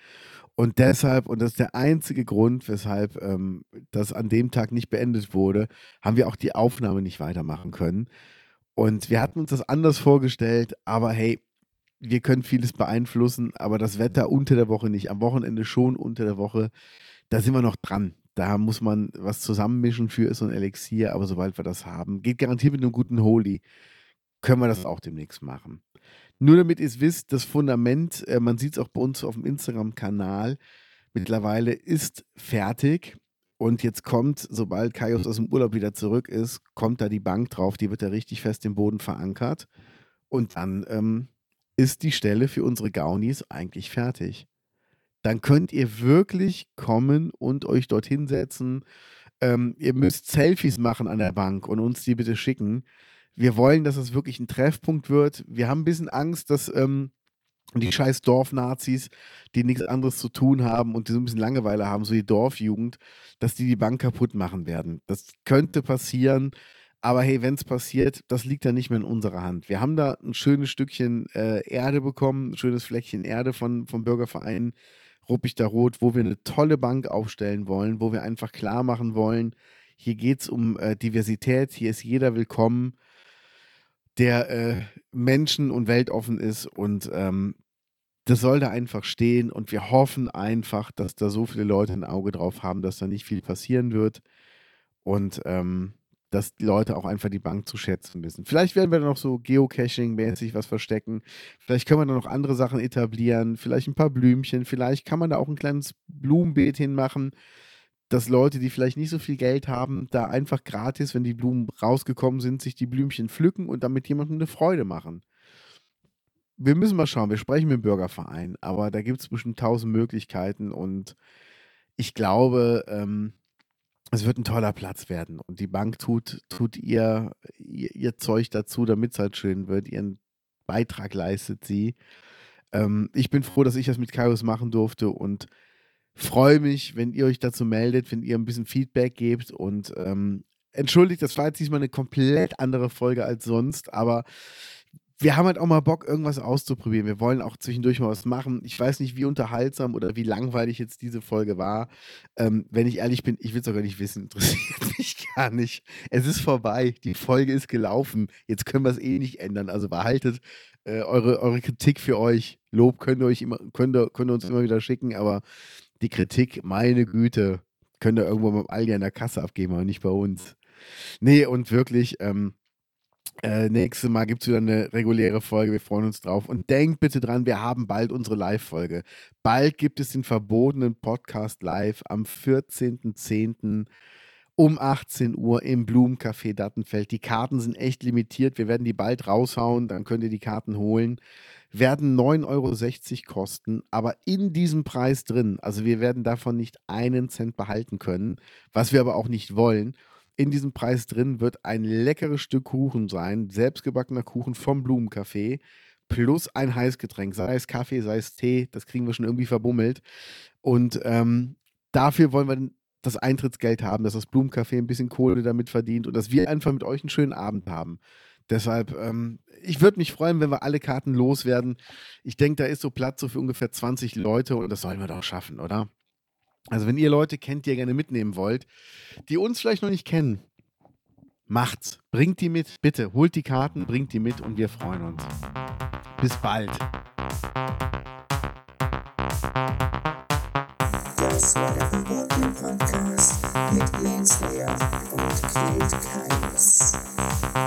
Speaker 1: Und deshalb, und das ist der einzige Grund, weshalb ähm, das an dem Tag nicht beendet wurde, haben wir auch die Aufnahme nicht weitermachen können. Und wir hatten uns das anders vorgestellt, aber hey, wir können vieles beeinflussen, aber das Wetter unter der Woche nicht, am Wochenende schon unter der Woche, da sind wir noch dran. Da muss man was zusammenmischen für ist so ein Elixier, aber sobald wir das haben, geht garantiert mit einem guten Holy, können wir das auch demnächst machen. Nur damit ihr es wisst, das Fundament, äh, man sieht es auch bei uns auf dem Instagram-Kanal, mittlerweile ist fertig. Und jetzt kommt, sobald Kaius aus dem Urlaub wieder zurück ist, kommt da die Bank drauf, die wird da richtig fest im Boden verankert. Und dann ähm, ist die Stelle für unsere Gaunis eigentlich fertig. Dann könnt ihr wirklich kommen und euch dorthin setzen. Ähm, ihr müsst Selfies machen an der Bank und uns die bitte schicken. Wir wollen, dass es wirklich ein Treffpunkt wird. Wir haben ein bisschen Angst, dass ähm, die scheiß Dorfnazis, die nichts anderes zu tun haben und die so ein bisschen Langeweile haben, so die Dorfjugend, dass die die Bank kaputt machen werden. Das könnte passieren, aber hey, wenn es passiert, das liegt dann nicht mehr in unserer Hand. Wir haben da ein schönes Stückchen äh, Erde bekommen, ein schönes Fleckchen Erde von, vom Bürgerverein Ruppichter Rot, wo wir eine tolle Bank aufstellen wollen, wo wir einfach klar machen wollen, hier geht es um äh, Diversität, hier ist jeder willkommen der äh, Menschen und weltoffen ist und ähm, das soll da einfach stehen und wir hoffen einfach, dass da so viele Leute ein Auge drauf haben, dass da nicht viel passieren wird und ähm, dass die Leute auch einfach die Bank zu schätzen wissen. Vielleicht werden wir da noch so Geocaching-mäßig was verstecken. Vielleicht können wir da noch andere Sachen etablieren. Vielleicht ein paar Blümchen. Vielleicht kann man da auch ein kleines Blumenbeet hinmachen dass Leute, die vielleicht nicht so viel Geld haben, da einfach gratis, wenn die Blumen rausgekommen sind, sich die Blümchen pflücken und damit jemandem eine Freude machen. Wir müssen mal schauen, wir sprechen mit dem Bürgerverein, aber da gibt es bestimmt tausend Möglichkeiten und ich glaube, ähm, es wird ein toller Platz werden und die Bank tut, tut ihr, ihr, ihr Zeug dazu, damit es halt schön wird, ihren Beitrag leistet sie. Ähm, ich bin froh, dass ich das mit Kaius machen durfte und freue mich, wenn ihr euch dazu meldet, wenn ihr ein bisschen Feedback gebt und ähm, entschuldigt, das war jetzt diesmal eine komplett andere Folge als sonst, aber wir haben halt auch mal Bock, irgendwas auszuprobieren. Wir wollen auch zwischendurch mal was machen. Ich weiß nicht, wie unterhaltsam oder wie langweilig jetzt diese Folge war. Ähm, wenn ich ehrlich bin, ich will es auch gar nicht wissen. Interessiert mich gar nicht. Es ist vorbei. Die Folge ist gelaufen. Jetzt können wir es eh nicht ändern. Also behaltet äh, eure, eure Kritik für euch. Lob könnt ihr, euch immer, könnt, ihr, könnt ihr uns immer wieder schicken, aber die Kritik, meine Güte, könnt ihr irgendwo beim Aldi an der Kasse abgeben, aber nicht bei uns. Nee, und wirklich, ähm, äh, nächstes Mal gibt es wieder eine reguläre Folge. Wir freuen uns drauf. Und denkt bitte dran, wir haben bald unsere Live-Folge. Bald gibt es den verbotenen Podcast live am 14.10. um 18 Uhr im Blumencafé Dattenfeld. Die Karten sind echt limitiert. Wir werden die bald raushauen. Dann könnt ihr die Karten holen. Werden 9,60 Euro kosten, aber in diesem Preis drin. Also wir werden davon nicht einen Cent behalten können, was wir aber auch nicht wollen. In diesem Preis drin wird ein leckeres Stück Kuchen sein, selbstgebackener Kuchen vom Blumencafé, plus ein Heißgetränk, sei es Kaffee, sei es Tee, das kriegen wir schon irgendwie verbummelt. Und ähm, dafür wollen wir das Eintrittsgeld haben, dass das Blumencafé ein bisschen Kohle damit verdient und dass wir einfach mit euch einen schönen Abend haben. Deshalb, ähm, ich würde mich freuen, wenn wir alle Karten loswerden. Ich denke, da ist so Platz so für ungefähr 20 Leute und das sollen wir doch schaffen, oder? Also, wenn ihr Leute kennt, die ihr gerne mitnehmen wollt, die uns vielleicht noch nicht kennen, macht's. Bringt die mit, bitte. Holt die Karten, bringt die mit und wir freuen uns. Bis bald.
Speaker 4: Das war der Verbotene Podcast mit Lance Leer und Kate Keines.